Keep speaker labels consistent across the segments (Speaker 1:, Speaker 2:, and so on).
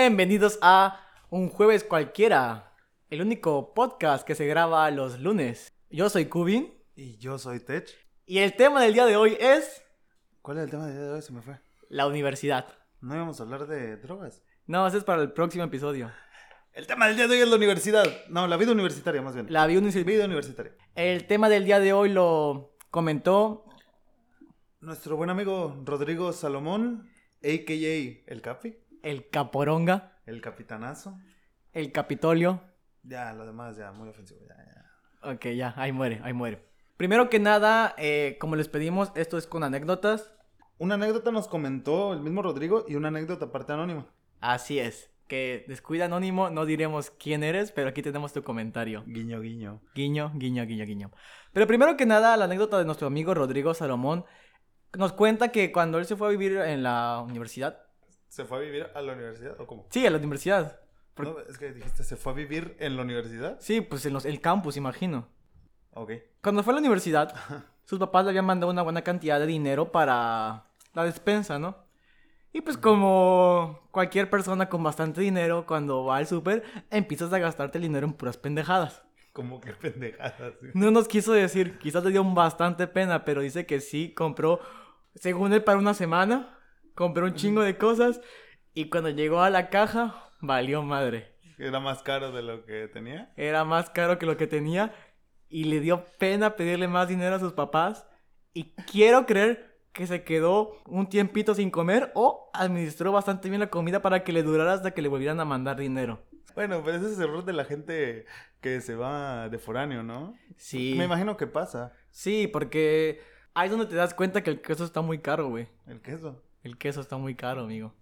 Speaker 1: Bienvenidos a Un Jueves Cualquiera, el único podcast que se graba los lunes. Yo soy Kubin
Speaker 2: Y yo soy Tech.
Speaker 1: y el tema del día de hoy es
Speaker 2: ¿Cuál es el tema de día de hoy? Se me fue.
Speaker 1: la universidad.
Speaker 2: ¿No íbamos a hablar de drogas?
Speaker 1: No, eso es para el próximo episodio.
Speaker 2: El tema del día de hoy es la universidad. No, la vida universitaria más bien. La
Speaker 1: La vi un-
Speaker 2: vida universitaria.
Speaker 1: El tema del día de hoy lo comentó
Speaker 2: Nuestro buen amigo Rodrigo Salomón, a.k.a. El Capi,
Speaker 1: el Caporonga,
Speaker 2: el Capitanazo.
Speaker 1: el Capitolio.
Speaker 2: Ya, lo demás ya, muy ofensivo. Ya, ya.
Speaker 1: Ok, ya, ahí muere, ahí muere. Primero que nada, eh, como les pedimos, esto es con anécdotas.
Speaker 2: Una anécdota nos comentó el mismo Rodrigo y una anécdota aparte anónima.
Speaker 1: Así es. Que descuida anónimo, no diremos quién eres, pero aquí tenemos tu comentario.
Speaker 2: Guiño, guiño.
Speaker 1: Guiño, guiño, guiño, guiño. Pero primero que nada, la anécdota de nuestro amigo Rodrigo Salomón nos cuenta que cuando él se fue a vivir en la universidad.
Speaker 2: ¿Se fue a vivir a la universidad o cómo?
Speaker 1: Sí, a la universidad. Por-
Speaker 2: No, es que dijiste, ¿se fue a vivir en la universidad?
Speaker 1: Sí, pues en los- el campus, imagino.
Speaker 2: Ok.
Speaker 1: Cuando fue a la universidad, sus papás le habían mandado una buena cantidad de dinero para la despensa, ¿no? Y pues como cualquier persona con bastante dinero, cuando va al súper, empiezas a gastarte el dinero en puras pendejadas.
Speaker 2: Como que pendejadas. güey.
Speaker 1: No nos quiso decir, quizás le dio bastante pena, pero dice que sí, compró, según él, para una semana, compró un chingo de cosas y cuando llegó a la caja, valió madre.
Speaker 2: Era más caro de lo que tenía.
Speaker 1: Era más caro que lo que tenía y le dio pena pedirle más dinero a sus papás y quiero creer que se quedó un tiempito sin comer o administró bastante bien la comida para que le durara hasta que le volvieran a mandar dinero.
Speaker 2: Bueno, pero ese es el error de la gente que se va de foráneo, ¿no?
Speaker 1: Sí.
Speaker 2: Me imagino que pasa
Speaker 1: Sí, porque ahí es donde te das cuenta que el queso está muy caro, güey.
Speaker 2: el queso.
Speaker 1: El queso está muy caro, amigo.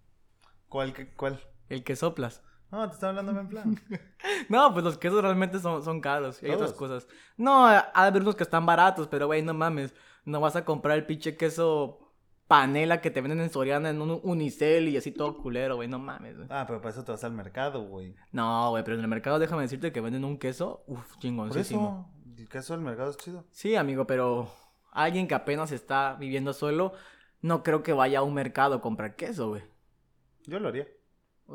Speaker 2: ¿Cuál? qué- ¿Cuál?
Speaker 1: El que soplas.
Speaker 2: No, te estaba hablando en plan.
Speaker 1: No, pues los quesos realmente son, son caros. Y hay otras
Speaker 2: ¿Todos?
Speaker 1: cosas. No, ha de haber unos que están baratos, pero güey, no mames. No vas a comprar el pinche queso panela que te venden en Soriana en un unicel y así todo culero, güey. No mames, güey.
Speaker 2: Ah, pero para eso te vas al mercado, güey.
Speaker 1: No, güey, pero en el mercado déjame decirte que venden un queso, uff,
Speaker 2: Por
Speaker 1: chingoncísimo.
Speaker 2: eso, el queso del mercado es chido.
Speaker 1: Sí, amigo, pero alguien que apenas está viviendo solo, no creo que vaya a un mercado a comprar queso, güey.
Speaker 2: Yo lo haría.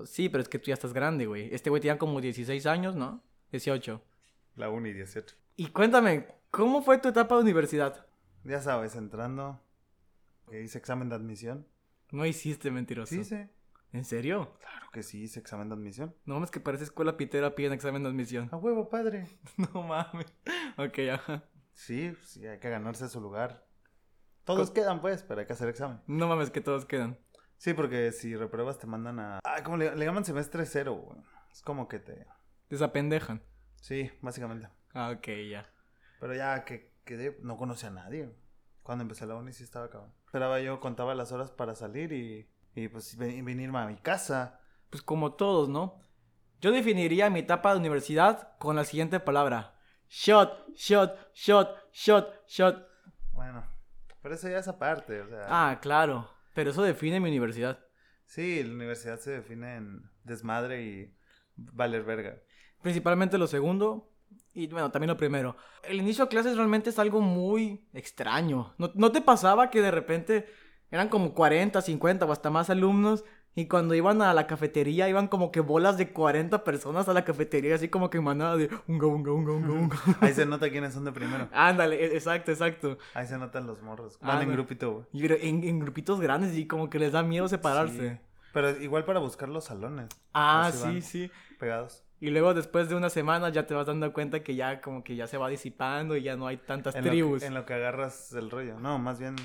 Speaker 1: Sí, pero es que tú ya estás grande, güey. Este güey tenía como 16 años, ¿no? 18.
Speaker 2: La 1 y 18.
Speaker 1: Y cuéntame, ¿cómo fue tu etapa de universidad?
Speaker 2: Ya sabes, entrando, eh, hice examen de admisión.
Speaker 1: No hiciste mentiroso.
Speaker 2: Sí, hice.
Speaker 1: ¿En serio?
Speaker 2: Claro que sí, hice examen de admisión.
Speaker 1: No mames que parece escuela pitera piden examen de admisión.
Speaker 2: A huevo, padre.
Speaker 1: No mames. Ok, ajá.
Speaker 2: Sí, sí, hay que ganarse su lugar. Todos quedan, pues, pero hay que hacer examen.
Speaker 1: No mames que todos quedan.
Speaker 2: Sí, porque si repruebas te mandan a... Ah, como le, le llaman semestre cero, güey. Es como que te...
Speaker 1: Desapendejan.
Speaker 2: Sí, básicamente.
Speaker 1: Ah, ok, ya.
Speaker 2: Pero ya que, que de- no conoce a nadie. Cuando empecé la uni sí estaba cabrón. Esperaba yo, contaba las horas para salir y, y pues ven- venirme a mi casa.
Speaker 1: Pues como todos, ¿no? Yo definiría mi etapa de universidad con la siguiente palabra. Shot, shot, shot, shot, shot.
Speaker 2: Bueno, pero eso ya es aparte, o sea...
Speaker 1: Ah, claro. Pero eso define mi universidad.
Speaker 2: Sí, la universidad se define en desmadre y valer verga.
Speaker 1: Principalmente lo segundo y bueno, también lo primero. El inicio de clases realmente es algo muy extraño. ¿No, no te pasaba que de repente eran como 40, 50 o hasta más alumnos y cuando iban a la cafetería iban como que bolas de 40 personas a la cafetería, así como que manada de unga, unga, unga, unga, unga?
Speaker 2: Ahí se nota quiénes son de primero.
Speaker 1: Ándale, e- exacto, exacto.
Speaker 2: Ahí se notan los morros.
Speaker 1: Ah,
Speaker 2: Van en
Speaker 1: no.
Speaker 2: grupito, güey.
Speaker 1: Y pero en, en grupitos grandes y como que les da miedo separarse.
Speaker 2: Sí. Pero igual para buscar los salones.
Speaker 1: Ah,
Speaker 2: Así
Speaker 1: sí,
Speaker 2: van.
Speaker 1: sí.
Speaker 2: Pegados.
Speaker 1: Y luego después de una semana ya te vas dando cuenta que ya como que ya se va disipando y ya no hay tantas
Speaker 2: en lo que-
Speaker 1: tribus.
Speaker 2: en lo que agarras el rollo. No, más bien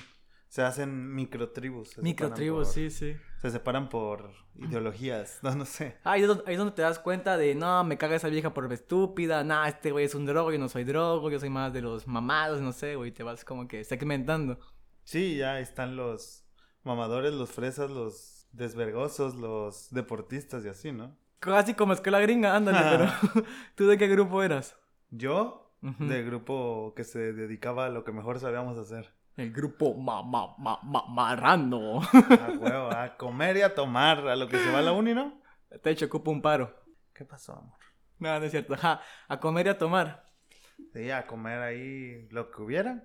Speaker 2: se hacen microtribus. se
Speaker 1: Microtribus, sí,
Speaker 2: separan
Speaker 1: sí.
Speaker 2: por- Se separan por ideologías. No, no sé.
Speaker 1: Ahí es, donde, ahí es donde te das cuenta de, no, me caga esa vieja por estúpida, nah, este güey es un drogo, yo no soy drogo, yo soy más de los mamados, no sé, güey, te vas como que segmentando.
Speaker 2: Sí, ya están los mamadores, los fresas, los desvergosos, los deportistas y así, ¿no?
Speaker 1: Casi como escuela gringa, ándale, pero ¿tú de qué grupo eras?
Speaker 2: Yo,
Speaker 1: Ujú.
Speaker 2: del grupo que se dedicaba a lo que mejor sabíamos hacer.
Speaker 1: El grupo ma, ma, ma, ma- marrano.
Speaker 2: A huevo, a comer y a tomar, a lo que se va la uni, ¿no?
Speaker 1: Te hecho ocupa un paro.
Speaker 2: ¿Qué pasó, amor?
Speaker 1: No, no es cierto, ajá, a comer y a tomar.
Speaker 2: Sí, a comer ahí lo que hubiera.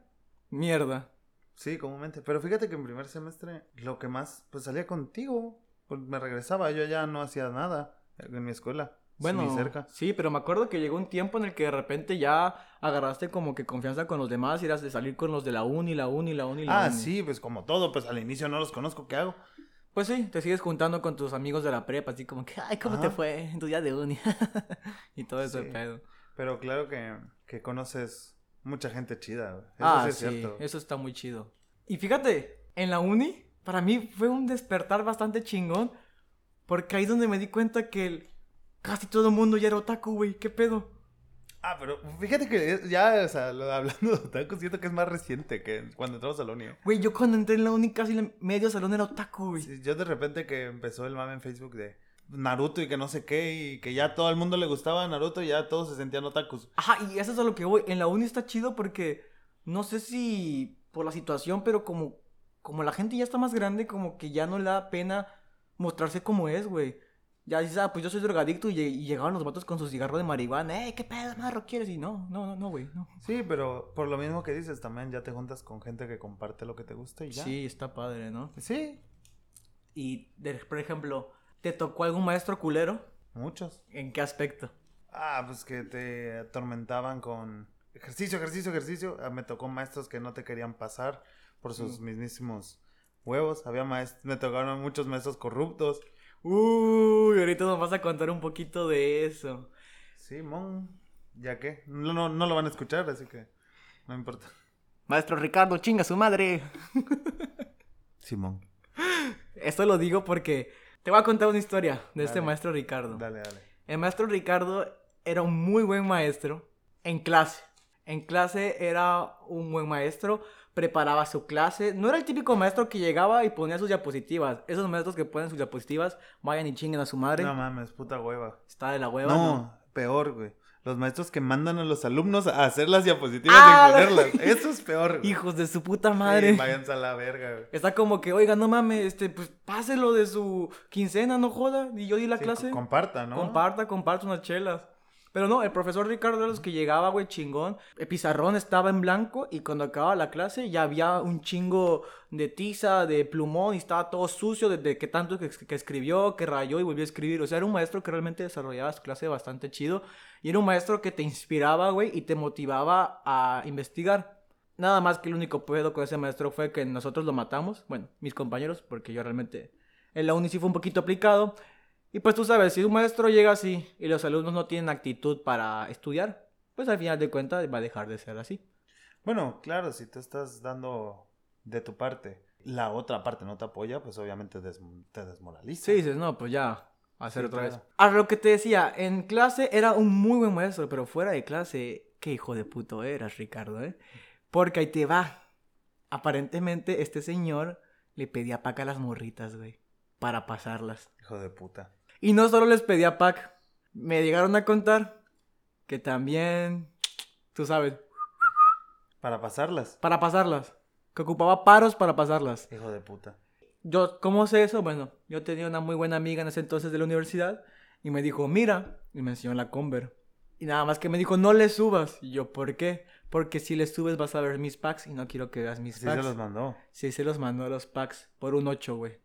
Speaker 1: Mierda.
Speaker 2: Sí, comúnmente. Pero fíjate que en primer semestre lo que más, pues salía contigo. Pues me regresaba, yo ya no hacía nada en mi escuela.
Speaker 1: Bueno,
Speaker 2: Ni cerca.
Speaker 1: sí, pero me acuerdo que llegó un tiempo en el que de repente ya agarraste como que confianza con los demás y eras de salir con los de la uni, la uni, la uni, la
Speaker 2: Ah,
Speaker 1: uni.
Speaker 2: sí, pues como todo, pues al inicio no los conozco, ¿qué hago?
Speaker 1: Pues sí, te sigues juntando con tus amigos de la prepa, así como que, ay, ¿cómo te
Speaker 2: Ajá.
Speaker 1: fue en tu día de uni? y todo eso de
Speaker 2: Sí.
Speaker 1: pedo.
Speaker 2: Pero claro que, que conoces mucha gente chida, güey. Eso
Speaker 1: ah,
Speaker 2: sí
Speaker 1: sí,
Speaker 2: es cierto.
Speaker 1: eso está muy chido. Y fíjate, en la uni, para mí fue un despertar bastante chingón, porque ahí es donde me di cuenta que el- casi todo el mundo ya era otaku, güey, ¿qué pedo?
Speaker 2: Ah, pero fíjate que ya, o sea, lo- hablando de otaku, siento que es más reciente que cuando entramos al unión.
Speaker 1: Güey, yo cuando entré en la uni casi el medio salón era otaku, güey.
Speaker 2: Sí, Yo de repente que empezó el mame en Facebook de Naruto y que no sé qué, y que ya todo el mundo le gustaba Naruto y ya todos se sentían otakus.
Speaker 1: Ajá, y eso es a lo que voy. En la uni está chido porque no sé si por la situación, pero como, como la gente ya está más grande, como que ya no le da pena mostrarse como es, güey. Ya dices, ah, pues yo soy drogadicto y, lle- y llegaban los vatos con su cigarro de marihuana. ¡Eh, qué pedo, marro quieres! Y no, no, no, no, güey, no.
Speaker 2: Sí, pero por lo mismo que dices, también ya te juntas con gente que comparte lo que te gusta y ya.
Speaker 1: Sí, está padre, ¿no?
Speaker 2: Sí,
Speaker 1: Y, de- por ejemplo, ¿te tocó algún maestro culero?
Speaker 2: muchos.
Speaker 1: ¿En qué aspecto?
Speaker 2: Ah, pues que te atormentaban con ejercicio, ejercicio, ejercicio. Ah, Me tocó maestros que no te querían pasar por sus
Speaker 1: Mm.
Speaker 2: mismísimos huevos. Había maestros, me tocaron muchos maestros corruptos.
Speaker 1: Uy, ahorita nos vas a contar un poquito de eso.
Speaker 2: Simón, ¿ya qué? No, no, no lo van a escuchar, así que no importa.
Speaker 1: Maestro Ricardo, chinga su madre.
Speaker 2: Simón.
Speaker 1: Esto lo digo porque te voy a contar una historia de este
Speaker 2: Dale.
Speaker 1: maestro Ricardo.
Speaker 2: Dale, dale.
Speaker 1: El maestro Ricardo era un muy buen maestro en clase. En clase era un buen maestro, preparaba su clase. No era el típico maestro que llegaba y ponía sus diapositivas. Esos maestros que ponen sus diapositivas, vayan y chinguen a su madre.
Speaker 2: No mames, puta hueva.
Speaker 1: Está de la hueva.
Speaker 2: No,
Speaker 1: ¿no?
Speaker 2: peor, güey. Los maestros que mandan a los alumnos a hacer las diapositivas
Speaker 1: Ah,
Speaker 2: y
Speaker 1: la-
Speaker 2: ponerlas. Eso es peor, güey.
Speaker 1: Hijos de su puta
Speaker 2: Sí,
Speaker 1: madre.
Speaker 2: váyanse a la verga, güey.
Speaker 1: Está como que, oiga, no mames, este, pues páselo de su quincena, no joda. Y yo di la
Speaker 2: Sí,
Speaker 1: clase.
Speaker 2: co- Compartan, ¿no?
Speaker 1: Comparta, comparta unas chelas. Pero no, el profesor Ricardo era los que llegaba, güey, chingón. El pizarrón estaba en blanco y cuando acababa la clase ya había un chingo de tiza, de plumón y estaba todo sucio desde que tanto que, que escribió, que rayó y volvió a escribir. O sea, era un maestro que realmente desarrollaba su clase bastante chido y era un maestro que te inspiraba, güey, y te motivaba a investigar. Nada más que el único pedo con ese maestro fue que nosotros lo matamos. Bueno, mis compañeros, porque yo realmente en la uni sí fue un poquito aplicado. Y pues tú sabes, si un maestro llega así y los alumnos no tienen actitud para estudiar, pues al final de cuentas va a dejar de ser así.
Speaker 2: Bueno, claro, si tú estás dando de tu parte, la otra parte no te apoya, pues obviamente des- te desmoraliza.
Speaker 1: Sí, dices, no, pues ya, a hacer
Speaker 2: Sí,
Speaker 1: otra
Speaker 2: claro.
Speaker 1: vez. A lo que te decía, en clase era un muy buen maestro, pero fuera de clase, qué hijo de puto eras, Ricardo, ¿eh? Porque ahí te va. Aparentemente este señor le pedía pack a las morritas, güey, para pasarlas.
Speaker 2: Hijo de puta.
Speaker 1: Y no solo les pedía pack, me llegaron a contar que también, tú sabes,
Speaker 2: Para pasarlas.
Speaker 1: para pasarlas. Que ocupaba paros para pasarlas.
Speaker 2: Hijo de puta.
Speaker 1: Yo, ¿cómo sé eso? Bueno, yo tenía una muy buena amiga en ese entonces de la universidad y me dijo, mira, y me enseñó la Conver. Y nada más que me dijo, no le subas. Y yo, ¿por qué? Porque si le subes vas a ver mis packs y no quiero que veas mis
Speaker 2: Así se
Speaker 1: packs.
Speaker 2: los mandó.
Speaker 1: Sí, se los mandó a los packs por un 8, güey.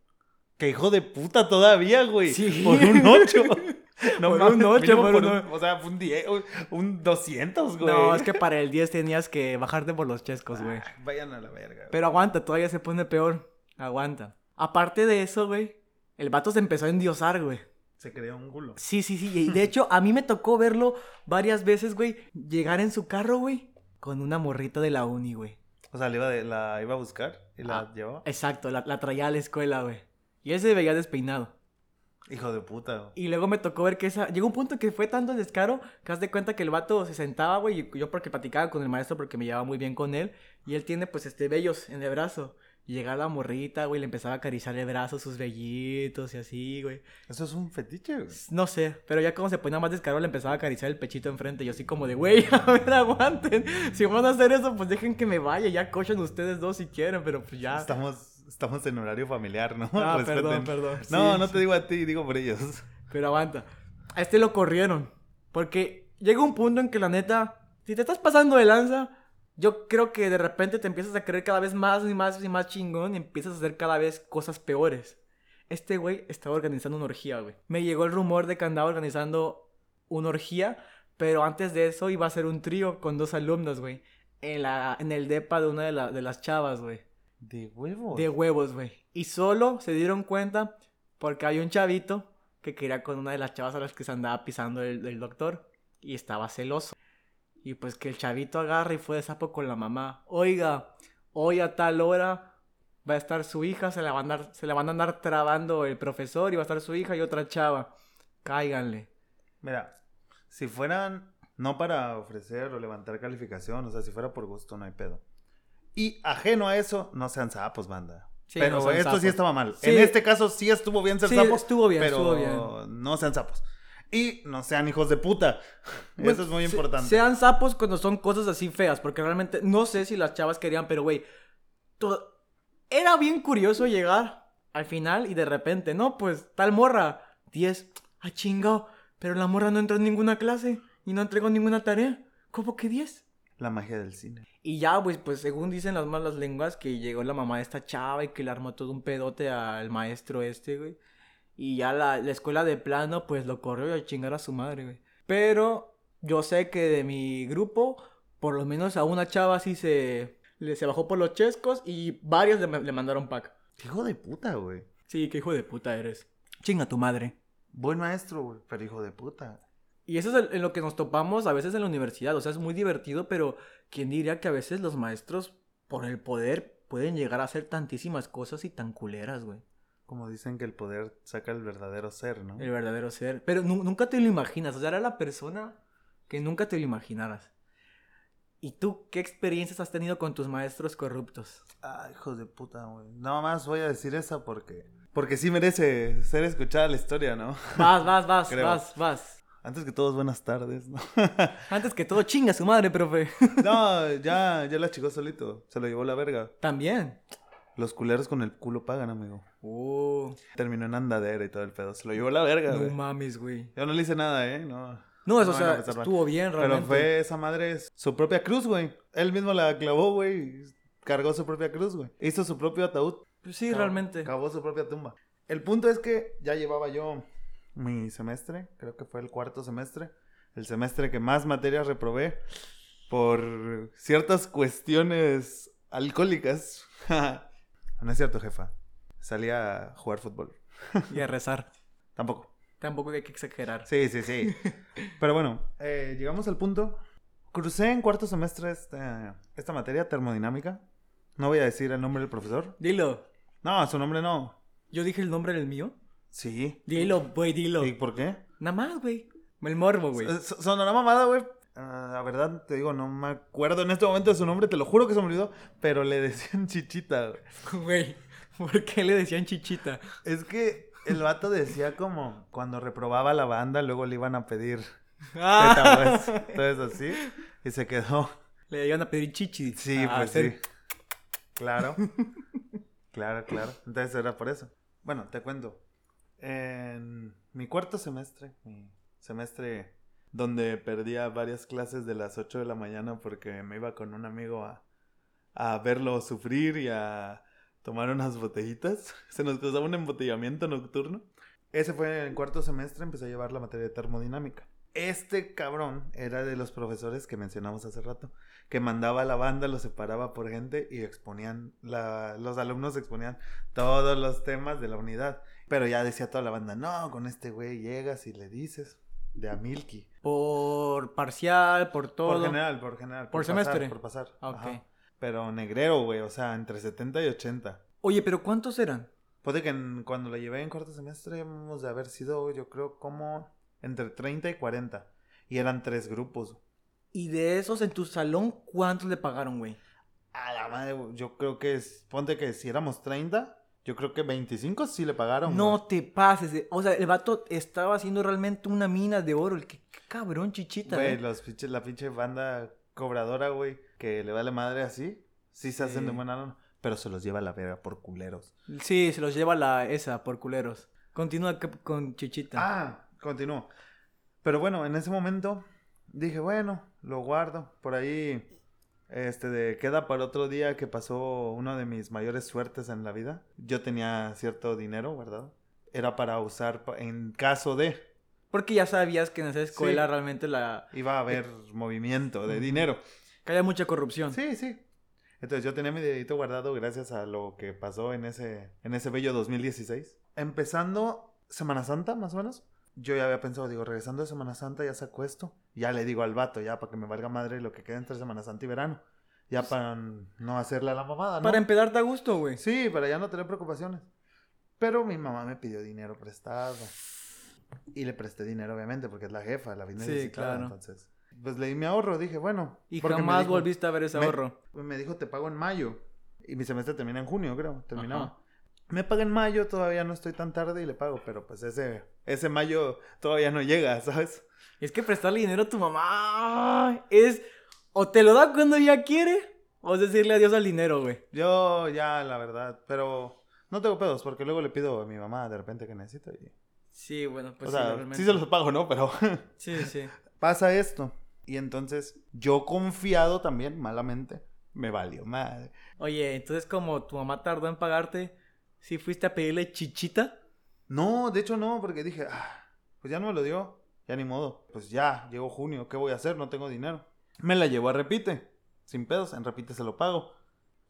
Speaker 2: Que hijo de puta todavía, güey.
Speaker 1: Sí.
Speaker 2: Por un 8.
Speaker 1: Por un ocho, por un
Speaker 2: O sea, un 10, un, un 200, güey.
Speaker 1: No, es que para el 10 tenías que bajarte por los chescos, güey.
Speaker 2: Ah, Vayan a la verga. güey.
Speaker 1: Pero aguanta, todavía se pone peor. Aguanta. Aparte de eso, güey, el vato se empezó a endiosar, güey.
Speaker 2: Se creó un culo.
Speaker 1: Sí, sí, sí. Y de hecho, a mí me tocó verlo varias veces, güey, llegar en su carro, güey, con una morrita de la uni, güey.
Speaker 2: O sea, la iba, de- la iba a buscar y la
Speaker 1: Ah.
Speaker 2: llevaba.
Speaker 1: Exacto, la, la traía a la escuela, güey. Y él se veía despeinado.
Speaker 2: Hijo de puta, güey.
Speaker 1: Y luego me tocó ver que esa... Llegó un punto que fue tanto el descaro que haz de cuenta que el vato se sentaba, güey, y yo porque platicaba con el maestro porque me llevaba muy bien con él. Y él tiene, pues, este, vellos en el brazo. Y llegaba la morrita, güey, le empezaba a acariciar el brazo, sus vellitos y así, güey.
Speaker 2: Eso es un fetiche, güey.
Speaker 1: No sé, pero ya como se ponía más descarado le empezaba a acariciar el pechito enfrente. Yo así como de, güey, a ver, aguanten. Si van a hacer eso, pues dejen que me vaya. Ya cochen ustedes dos si quieren, pero pues ya.
Speaker 2: Estamos, estamos en horario familiar, ¿no?
Speaker 1: Ah,
Speaker 2: Respeten.
Speaker 1: perdón, perdón.
Speaker 2: No,
Speaker 1: Sí,
Speaker 2: no
Speaker 1: sí.
Speaker 2: te digo a ti, digo por ellos.
Speaker 1: Pero aguanta. A este lo corrieron. Porque llega un punto en que la neta, si te estás pasando de lanza, yo creo que de repente te empiezas a creer cada vez más y más y más chingón y empiezas a hacer cada vez cosas peores. Este güey estaba organizando una orgía, güey. Me llegó el rumor de que andaba organizando una orgía, pero antes de eso iba a ser un trío con dos alumnas, güey. En, la, en el depa de una de, la- de las chavas, güey.
Speaker 2: De huevo.
Speaker 1: De huevos, güey. Y solo se dieron cuenta porque hay un chavito que quería con una de las chavas a las que se andaba pisando el, el doctor y estaba celoso. Y pues que el chavito agarra y fue de sapo con la mamá. Oiga, hoy a tal hora va a estar su hija, se la, va a andar, se la van a andar trabando el profesor y va a estar su hija y otra chava. Cáiganle.
Speaker 2: Mira, si fueran no para ofrecer o levantar calificación, o sea, si fuera por gusto, no hay pedo. Y ajeno a eso, no sean sapos, banda.
Speaker 1: Sí,
Speaker 2: pero
Speaker 1: no sean
Speaker 2: esto sí
Speaker 1: sapos.
Speaker 2: estaba mal.
Speaker 1: Sí.
Speaker 2: En este caso sí estuvo bien ser
Speaker 1: Sí,
Speaker 2: sapos,
Speaker 1: estuvo bien,
Speaker 2: pero
Speaker 1: estuvo bien.
Speaker 2: no sean sapos. Y no sean hijos de puta. eso es muy
Speaker 1: Se-
Speaker 2: importante.
Speaker 1: Sean sapos cuando son cosas así feas, porque realmente no sé si las chavas querían, pero güey, to- era bien curioso llegar al final y de repente, no, pues tal morra, 10, ah chingado, pero la morra no entró en ninguna clase y no entregó ninguna tarea, ¿cómo que 10?
Speaker 2: La magia del cine.
Speaker 1: Y ya, pues, pues según dicen las malas lenguas, que llegó la mamá de esta chava y que le armó todo un pedote al maestro este, güey. Y ya la, la escuela de plano, pues lo corrió a chingar a su madre, güey. Pero yo sé que de mi grupo, por lo menos a una chava sí se, le, se bajó por los chescos y varios le, ma- le mandaron pack.
Speaker 2: Hijo de puta, güey.
Speaker 1: Sí, qué hijo de puta eres. Chinga tu madre.
Speaker 2: Buen maestro, güey, pero hijo de puta.
Speaker 1: Y eso es el- en lo que nos topamos a veces en la universidad. O sea, es muy divertido, pero ¿quién diría que a veces los maestros, por el poder, pueden llegar a hacer tantísimas cosas y tan culeras, güey?
Speaker 2: Como dicen que el poder saca el verdadero ser, ¿no?
Speaker 1: El verdadero ser. Pero nu- nunca te lo imaginas. O sea, era la persona que nunca te lo imaginaras. ¿Y tú qué experiencias has tenido con tus maestros corruptos?
Speaker 2: Ah, hijos de puta, güey. Nada más voy a decir esa porque. Porque sí merece ser escuchada la historia, ¿no?
Speaker 1: Vas, vas, vas,
Speaker 2: Creo.
Speaker 1: vas, vas.
Speaker 2: Antes que todos, buenas tardes, ¿no?
Speaker 1: Antes que todo, chinga su madre, profe.
Speaker 2: no, ya, ya la chicó solito. Se lo llevó la verga.
Speaker 1: También.
Speaker 2: Los culeros con el culo pagan, amigo.
Speaker 1: Uh,
Speaker 2: Terminó en andadera y todo el pedo. Se lo llevó la verga,
Speaker 1: no
Speaker 2: güey.
Speaker 1: mames, güey.
Speaker 2: Yo no le hice nada, ¿eh? No.
Speaker 1: No, eso,
Speaker 2: No,
Speaker 1: o sea,
Speaker 2: no, pues,
Speaker 1: estuvo bien, realmente.
Speaker 2: Pero fue esa madre es su propia cruz, güey. Él mismo la clavó, güey. y Cargó su propia cruz, güey. Hizo su propio ataúd.
Speaker 1: Pues sí,
Speaker 2: Cavó-
Speaker 1: realmente.
Speaker 2: Cavó su propia tumba. El punto es que ya llevaba yo mi semestre, creo que fue el cuarto semestre, el semestre que más materias reprobé por ciertas cuestiones alcohólicas. no es cierto, jefa. Salí a jugar fútbol.
Speaker 1: Y a rezar.
Speaker 2: Tampoco.
Speaker 1: Tampoco hay que exagerar.
Speaker 2: Sí, sí, sí. Pero bueno, eh, llegamos al punto. Crucé en cuarto semestre esta, esta materia termodinámica. No voy a decir el nombre del profesor.
Speaker 1: Dilo.
Speaker 2: No, su nombre no.
Speaker 1: ¿Yo dije el nombre del mío?
Speaker 2: Sí.
Speaker 1: Dilo, güey, dilo.
Speaker 2: ¿Y por qué?
Speaker 1: Nada más, güey. El morbo, güey.
Speaker 2: S- s- Sonará mamada, güey. Ah, la verdad, te digo, no me acuerdo en este momento de su nombre, te lo juro que se me olvidó, pero le decían chichita, güey.
Speaker 1: Güey, ¿por qué le decían chichita?
Speaker 2: Es que el vato decía como cuando reprobaba la banda, luego le iban a pedir
Speaker 1: Ah,
Speaker 2: tetahues. Entonces así, y se quedó.
Speaker 1: le iban a pedir chichi.
Speaker 2: Sí,
Speaker 1: a
Speaker 2: pues
Speaker 1: hacer-
Speaker 2: sí. Claro. claro, claro. Entonces era por eso. Bueno, te cuento. En mi cuarto semestre, mi semestre donde perdía varias clases de las 8 de la mañana porque me iba con un amigo a, a verlo sufrir y a tomar unas botellitas. Se nos causaba un embotellamiento nocturno. Ese fue en el cuarto semestre, empecé a llevar la materia de termodinámica. Este cabrón era de los profesores que mencionamos hace rato que mandaba a la banda, los separaba por gente y exponían, la- los alumnos exponían todos los temas de la unidad. Pero ya decía toda la banda, no, con este güey llegas y le dices, de a Milky.
Speaker 1: Por parcial, por todo.
Speaker 2: Por general, por general.
Speaker 1: Por
Speaker 2: pasar,
Speaker 1: semestre.
Speaker 2: por pasar.
Speaker 1: Ah, ok.
Speaker 2: Ajá. Pero negrero, güey, o sea, entre 70 y 80.
Speaker 1: Oye, pero ¿cuántos eran?
Speaker 2: Puede que en- cuando la llevé en cuarto semestre hemos de haber sido, yo creo, como entre 30 y 40. Y eran tres grupos.
Speaker 1: Y de esos en tu salón, ¿cuántos le pagaron, güey?
Speaker 2: A la madre, güey, yo creo que es. Ponte que si éramos 30, yo creo que 25 sí le pagaron. güey.
Speaker 1: No te pases. eh. O sea, el vato estaba haciendo realmente una mina de oro. El que, qué cabrón, chichita.
Speaker 2: Güey,
Speaker 1: eh.
Speaker 2: los pinches- la pinche banda cobradora, güey, que le vale madre así. Sí se hacen de
Speaker 1: Sí.
Speaker 2: buena lana, pero se los lleva a la verga por culeros.
Speaker 1: Sí, se los lleva la esa por culeros. Continúa que- con Chichita.
Speaker 2: Ah, continúo. Pero bueno, en ese momento dije, bueno, lo guardo. Por ahí, este, de queda para otro día que pasó una de mis mayores suertes en la vida. Yo tenía cierto dinero guardado. era para usar pa- en caso de.
Speaker 1: Porque ya sabías que en esa escuela
Speaker 2: Sí.
Speaker 1: realmente la...
Speaker 2: Iba a haber movimiento de dinero.
Speaker 1: que había mucha corrupción.
Speaker 2: Sí, sí. Entonces yo tenía mi dedito guardado gracias a lo que pasó en ese, en ese bello 2016. Empezando Semana Santa, más o menos. Yo ya había pensado, digo, regresando de Semana Santa ya saco esto. Ya le digo al vato, ya para que me valga madre lo que queda entre Semana Santa y verano. Ya para no hacerle a la mamada, ¿no?
Speaker 1: Para empedarte a gusto, güey.
Speaker 2: Sí, para ya no tener preocupaciones. Pero mi mamá me pidió dinero prestado. Y le presté dinero, obviamente, porque es la jefa, la vi
Speaker 1: Sí,
Speaker 2: necesitada,
Speaker 1: claro.
Speaker 2: Entonces, pues le di mi ahorro, dije, bueno.
Speaker 1: Y
Speaker 2: porque me
Speaker 1: jamás
Speaker 2: dijo-
Speaker 1: volviste a ver ese
Speaker 2: me-
Speaker 1: ahorro.
Speaker 2: Me dijo, te pago en mayo. Y mi semestre termina en junio, creo. Terminaba.
Speaker 1: Ajá.
Speaker 2: Me paga en mayo, todavía no estoy tan tarde y le pago, pero pues ese, ese mayo todavía no llega, ¿sabes?
Speaker 1: Es que prestarle dinero a tu mamá es... O te lo da cuando ella quiere, o es decirle adiós al dinero, güey.
Speaker 2: Yo ya, la verdad, pero no tengo pedos, porque luego le pido a mi mamá de repente que necesito y...
Speaker 1: Sí, bueno, pues
Speaker 2: o
Speaker 1: sí,
Speaker 2: sea,
Speaker 1: realmente.
Speaker 2: sí se los pago, ¿no? Pero...
Speaker 1: Sí, sí.
Speaker 2: pasa esto. Y entonces, yo confiado también, malamente, me valió madre.
Speaker 1: Oye, entonces como tu mamá tardó en pagarte, si fuiste a pedirle chichita?
Speaker 2: No, de hecho no, porque dije, "Ah, pues ya no me lo dio, ya ni modo. Pues ya, llegó junio, ¿qué voy a hacer? No tengo dinero. Me la llevo a Repite, sin pedos, en Repite se lo pago.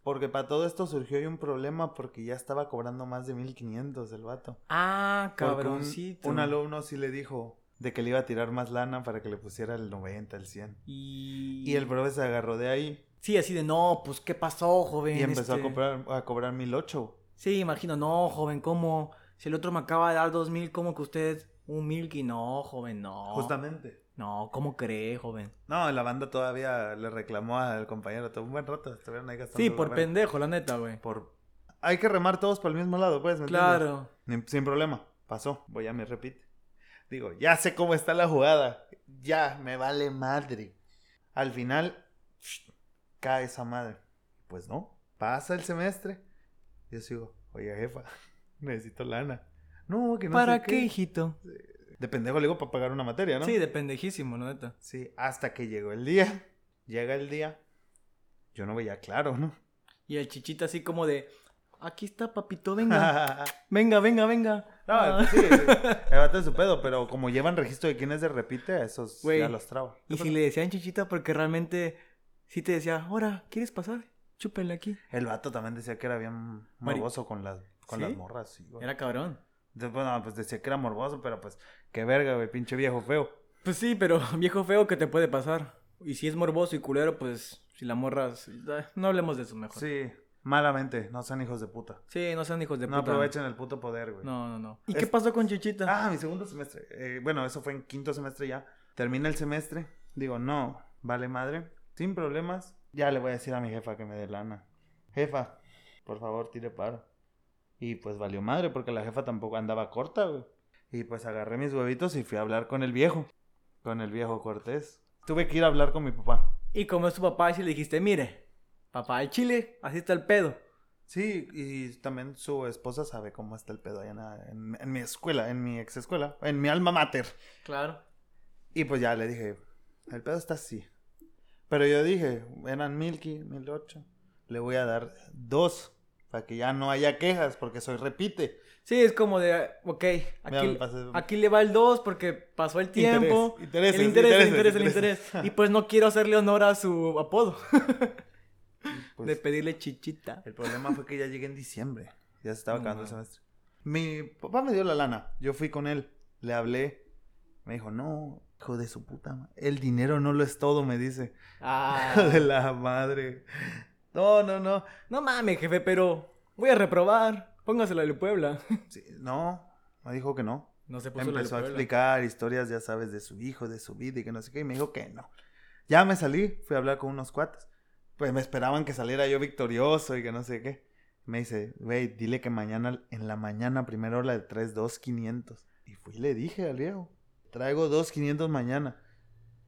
Speaker 2: Porque para todo esto surgió ahí un problema porque ya estaba cobrando más de 1500 el vato.
Speaker 1: Ah,
Speaker 2: Porque un-
Speaker 1: cabroncito.
Speaker 2: Un, alumno sí le dijo de que le iba a tirar más lana para que le pusiera el 90, el 100.
Speaker 1: Y...
Speaker 2: Y el profe se agarró de ahí
Speaker 1: Sí, así de, no, pues, ¿qué pasó, joven?
Speaker 2: y empezó a,
Speaker 1: Este,
Speaker 2: comprar, a cobrar 1008.
Speaker 1: Sí, imagino, no, joven, ¿cómo? Si el otro me acaba de dar dos mil, ¿cómo que usted un mil? Y no, joven, no.
Speaker 2: Justamente.
Speaker 1: No, ¿cómo cree, joven?
Speaker 2: No, la banda todavía le reclamó al compañero. Todo un buen rato estuvieron ahí gastando.
Speaker 1: Sí,
Speaker 2: la
Speaker 1: por
Speaker 2: verga.
Speaker 1: pendejo, la neta, güey.
Speaker 2: Por... Hay que remar todos para el mismo lado, pues, ¿me entiendes?
Speaker 1: Claro.
Speaker 2: Ni- Sin problema. Pasó. Voy a mi repite. Digo, ya sé cómo está la jugada. Ya, me vale madre. Al final, cae esa madre. Pues no. Pasa el semestre. Yo sigo, oye, jefa, necesito lana. No, que no
Speaker 1: ¿Para
Speaker 2: sé
Speaker 1: qué, hijito?
Speaker 2: De pendejo le digo para pagar una materia, ¿no?
Speaker 1: Sí, de pendejísimo, la neta.
Speaker 2: Sí, hasta que llegó el día. Llega el día. Yo no veía claro, ¿no?
Speaker 1: Y el chichita así como de, aquí está, papito, venga, venga, venga, venga.
Speaker 2: no, pues
Speaker 1: Ah.
Speaker 2: sí, sí. el vato es su pedo, pero como llevan registro de quiénes se repite, a esos
Speaker 1: Güey,
Speaker 2: ya los traba.
Speaker 1: Y si le decían chichita porque realmente sí te decía, ahora, ¿quieres pasar? Chúpenle aquí.
Speaker 2: El vato también decía que era bien
Speaker 1: Mari-
Speaker 2: morboso con las, con
Speaker 1: ¿Sí?
Speaker 2: las morras, sí, güey.
Speaker 1: Era cabrón.
Speaker 2: Entonces, bueno, pues decía que era morboso, pero pues, qué verga, güey, pinche viejo feo.
Speaker 1: Pues sí, pero viejo feo que te puede pasar. Y si es morboso y culero, pues si la morras, no hablemos de eso mejor. Sí,
Speaker 2: Sí, malamente, no sean hijos de puta.
Speaker 1: no sean hijos de
Speaker 2: no
Speaker 1: puta.
Speaker 2: aprovechen el puto poder, güey.
Speaker 1: No, no, no. ¿Y
Speaker 2: Es-
Speaker 1: qué pasó con Chichita?
Speaker 2: Ah, mi segundo semestre. Eh, bueno, eso fue en quinto semestre ya. Termina el semestre. Digo, no, vale madre. Sin problemas. Ya le voy a decir a mi jefa que me dé lana. Jefa, por favor, tire paro. Y pues valió madre porque la jefa tampoco andaba corta, güey. Y pues agarré mis huevitos y fui a hablar con el viejo. Con el viejo Cortés. Tuve que ir a hablar con mi papá.
Speaker 1: Y como es tu papá, y si le dijiste, mire, papá de Chile, así está el pedo.
Speaker 2: Sí, y también su esposa sabe cómo está el pedo allá en, la- en- en mi escuela, en mi ex escuela, en mi alma mater.
Speaker 1: Claro.
Speaker 2: Y pues ya le dije, el pedo está así. Pero yo dije, eran Milky, 1008. Le voy a dar dos. Para que ya no haya quejas, porque soy repite.
Speaker 1: Sí, es como de, ok,
Speaker 2: Mira, me
Speaker 1: aquí,
Speaker 2: pasé-
Speaker 1: aquí le va el 2 porque pasó el tiempo.
Speaker 2: Interés, intereses,
Speaker 1: el interés, el interés,
Speaker 2: intereses,
Speaker 1: el interés.
Speaker 2: intereses.
Speaker 1: Y pues no quiero hacerle honor a su apodo
Speaker 2: Pues,
Speaker 1: de pedirle chichita.
Speaker 2: el problema fue que ya llegué en diciembre. Ya se estaba
Speaker 1: No
Speaker 2: acabando el
Speaker 1: mames.
Speaker 2: semestre. Mi papá me dio la lana. Yo fui con él. Le hablé. Me dijo, no, hijo de su puta. ma- El dinero no lo es todo, me dice. Hijo
Speaker 1: Ah,
Speaker 2: de la madre. No, no, no.
Speaker 1: no mames, jefe, pero voy a reprobar. Póngasela de Puebla.
Speaker 2: Sí, no, me dijo que no.
Speaker 1: No se puso la de
Speaker 2: Empezó a
Speaker 1: Puebla.
Speaker 2: explicar historias, ya sabes, de su hijo, de su vida y que no sé qué. Y me dijo que no. Ya me salí, fui a hablar con unos cuates. Pues me esperaban que saliera yo victorioso y que no sé qué. Me dice, güey, dile que mañana, en la mañana, primera hora de 3, 2, 500. Y fui y le dije al viejo, traigo 2, 500 mañana.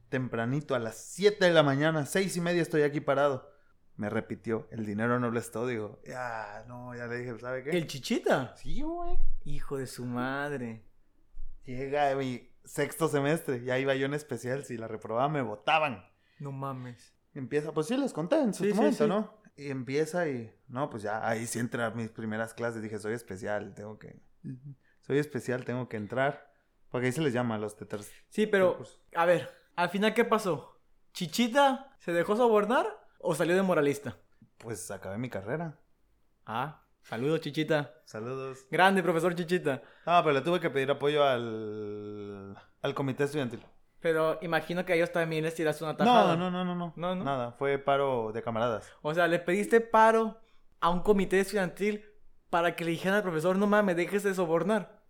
Speaker 2: Tempranito, a las 7 de la mañana, 6 y media estoy aquí parado. Me repitió, el dinero no lo es todo. Digo, ya, no, ya le dije, ¿sabe qué?
Speaker 1: ¿El chichita?
Speaker 2: Sí, güey.
Speaker 1: Hijo de su madre.
Speaker 2: Llega mi sexto semestre, ya iba yo en especial, si la reprobaba me votaban.
Speaker 1: No mames.
Speaker 2: Empieza, pues sí, les conté en su
Speaker 1: Sí, sí,
Speaker 2: momento,
Speaker 1: sí.
Speaker 2: ¿no? Y empieza y, no, pues ya, ahí sí entra a mis primeras clases, dije, soy especial, tengo que, soy especial, tengo que entrar. Porque ahí se les llama a los Pues, teters.
Speaker 1: Sí, pero, a ver, al final, ¿qué pasó? ¿Chichita se dejó sobornar o salió de moralista?
Speaker 2: Pues acabé mi carrera.
Speaker 1: Ah, saludos, Chichita.
Speaker 2: Saludos.
Speaker 1: Grande, profesor Chichita.
Speaker 2: Ah, pero le tuve que pedir apoyo al, al comité estudiantil.
Speaker 1: Pero imagino que a ellos también les tiraste una tajada.
Speaker 2: No, no, no, no, no,
Speaker 1: No, no.
Speaker 2: Nada, fue paro de camaradas.
Speaker 1: O sea, le pediste paro a un comité estudiantil para que le dijeran al profesor, no mames, dejes de sobornar.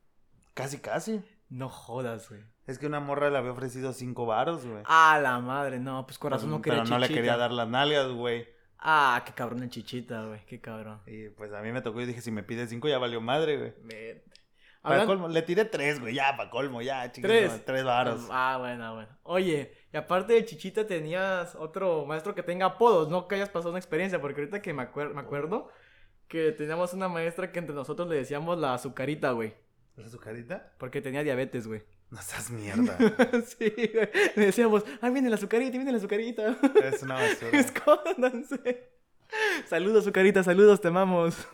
Speaker 2: Casi, casi.
Speaker 1: No jodas, güey.
Speaker 2: Es que una morra le había ofrecido cinco varos, güey.
Speaker 1: A la madre, no, pues corazón no
Speaker 2: Pero
Speaker 1: quería
Speaker 2: no le
Speaker 1: Chichita.
Speaker 2: quería dar las nalgas, güey.
Speaker 1: Ah, qué cabrón el chichita, güey, qué cabrón.
Speaker 2: Y pues a mí me tocó y dije, si me pide cinco ya valió madre, güey.
Speaker 1: Me-
Speaker 2: Para
Speaker 1: Hablan-
Speaker 2: colmo, le tiré tres, güey, ya, para colmo, ya, chicos.
Speaker 1: ¿Tres?
Speaker 2: Tres varos.
Speaker 1: Ah, bueno, bueno. Oye, y aparte de Chichita tenías otro maestro que tenga apodos, no que hayas pasado una experiencia, porque ahorita que me, acuer- me acuerdo que teníamos una maestra que entre nosotros le decíamos la azucarita, güey,
Speaker 2: ¿Es su carita?
Speaker 1: porque tenía diabetes, güey.
Speaker 2: No estás mierda.
Speaker 1: sí, güey. Le decíamos, ay, viene la azucarita, viene la azucarita.
Speaker 2: es una basura.
Speaker 1: Escóndanse. Saludos, azucarita, saludos, te amamos.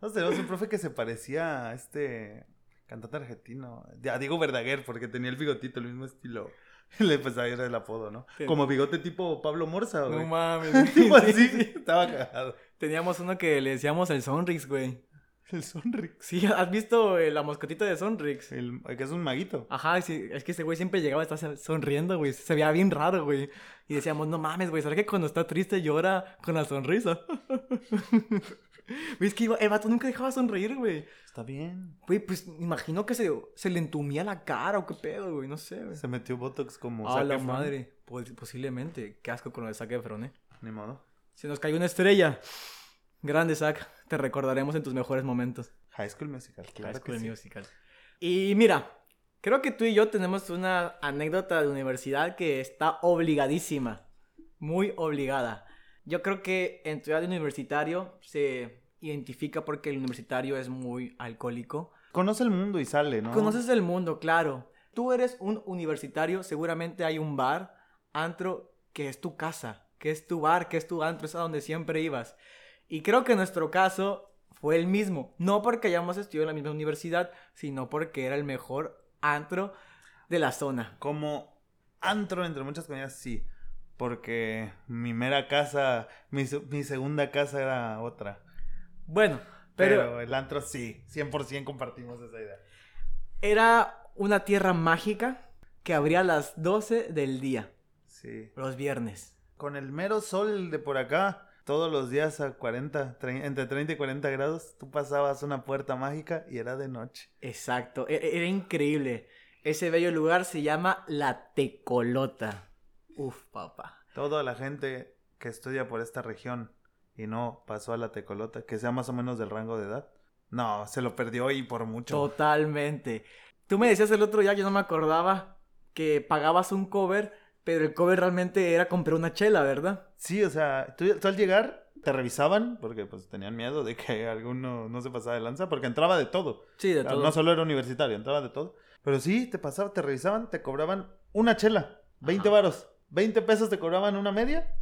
Speaker 2: No sé, tenemos un profe que se parecía a este cantante argentino. A Diego Verdaguer, porque tenía el bigotito, el mismo estilo. Le pues ahí era el apodo, ¿no?
Speaker 1: Sí.
Speaker 2: Como bigote tipo Pablo Morza, güey.
Speaker 1: no mames. güey.
Speaker 2: Tipo
Speaker 1: Sí,
Speaker 2: así,
Speaker 1: sí.
Speaker 2: estaba cagado.
Speaker 1: Teníamos uno que le decíamos el Sonrix, güey.
Speaker 2: El Sonrix.
Speaker 1: Sí, ¿has visto eh, la moscotita de Sonrix?
Speaker 2: El, que es un maguito.
Speaker 1: Ajá, sí, es que ese güey siempre llegaba, estaba sonriendo, güey. Se veía bien raro, güey. Y decíamos, no mames, güey, ¿será que cuando está triste llora con la sonrisa? Güey, es que iba- el vato nunca dejaba sonreír, güey.
Speaker 2: Está bien.
Speaker 1: Güey, pues me imagino que se, se le entumía la cara o qué pedo, güey, no sé, güey.
Speaker 2: Se metió Botox como
Speaker 1: A
Speaker 2: Zac
Speaker 1: la
Speaker 2: Efron.
Speaker 1: madre, Pos- posiblemente. Qué asco con lo de Zac Efron, eh.
Speaker 2: Ni modo.
Speaker 1: Se nos cayó una estrella. Grande, Zac. Te recordaremos en tus mejores momentos.
Speaker 2: High School Musical, claro
Speaker 1: High
Speaker 2: que
Speaker 1: School
Speaker 2: sí.
Speaker 1: Musical. Y mira, creo que tú y yo tenemos una anécdota de universidad que está obligadísima, muy obligada. Yo creo que en tu edad de universitario se identifica porque el universitario es muy alcohólico.
Speaker 2: Conoce el mundo y sale, ¿no?
Speaker 1: Conoces el mundo, claro. Tú eres un universitario, seguramente hay un bar, antro, que es tu casa, que es tu bar, que es tu antro, es a donde siempre ibas. Y creo que en nuestro caso fue el mismo. No porque hayamos estudiado en la misma universidad, sino porque era el mejor antro de la zona.
Speaker 2: Como antro, entre muchas comillas, sí. Porque mi mera casa, mi, se- mi segunda casa era otra.
Speaker 1: Bueno,
Speaker 2: Pero,
Speaker 1: pero
Speaker 2: el antro sí, 100% compartimos esa idea.
Speaker 1: era una tierra mágica que abría a las 12 del día,
Speaker 2: Sí.
Speaker 1: los viernes.
Speaker 2: Con el mero sol de por acá, todos los días a 40, tre- entre 30 y 40 grados, tú pasabas una puerta mágica y era de noche.
Speaker 1: Exacto, e- e- era increíble. Ese bello lugar se llama La Tecolota. Uf, papá.
Speaker 2: Toda la gente que estudia por esta región y no pasó a la tecolota, que sea más o menos del rango de edad. No, se lo perdió y por mucho.
Speaker 1: Totalmente. Tú me decías el otro día, yo no me acordaba, que pagabas un cover, pero el cover realmente era comprar una chela, ¿verdad?
Speaker 2: Sí, o sea, tú, tú al llegar te revisaban porque pues tenían miedo de que alguno no se pasaba de lanza porque entraba de todo.
Speaker 1: Sí, de todo.
Speaker 2: Ah, No solo era universitario, entraba de todo. Pero sí, te pasaba, te revisaban, te cobraban una chela, 20
Speaker 1: Ajá.
Speaker 2: varos, 20 pesos te cobraban una media,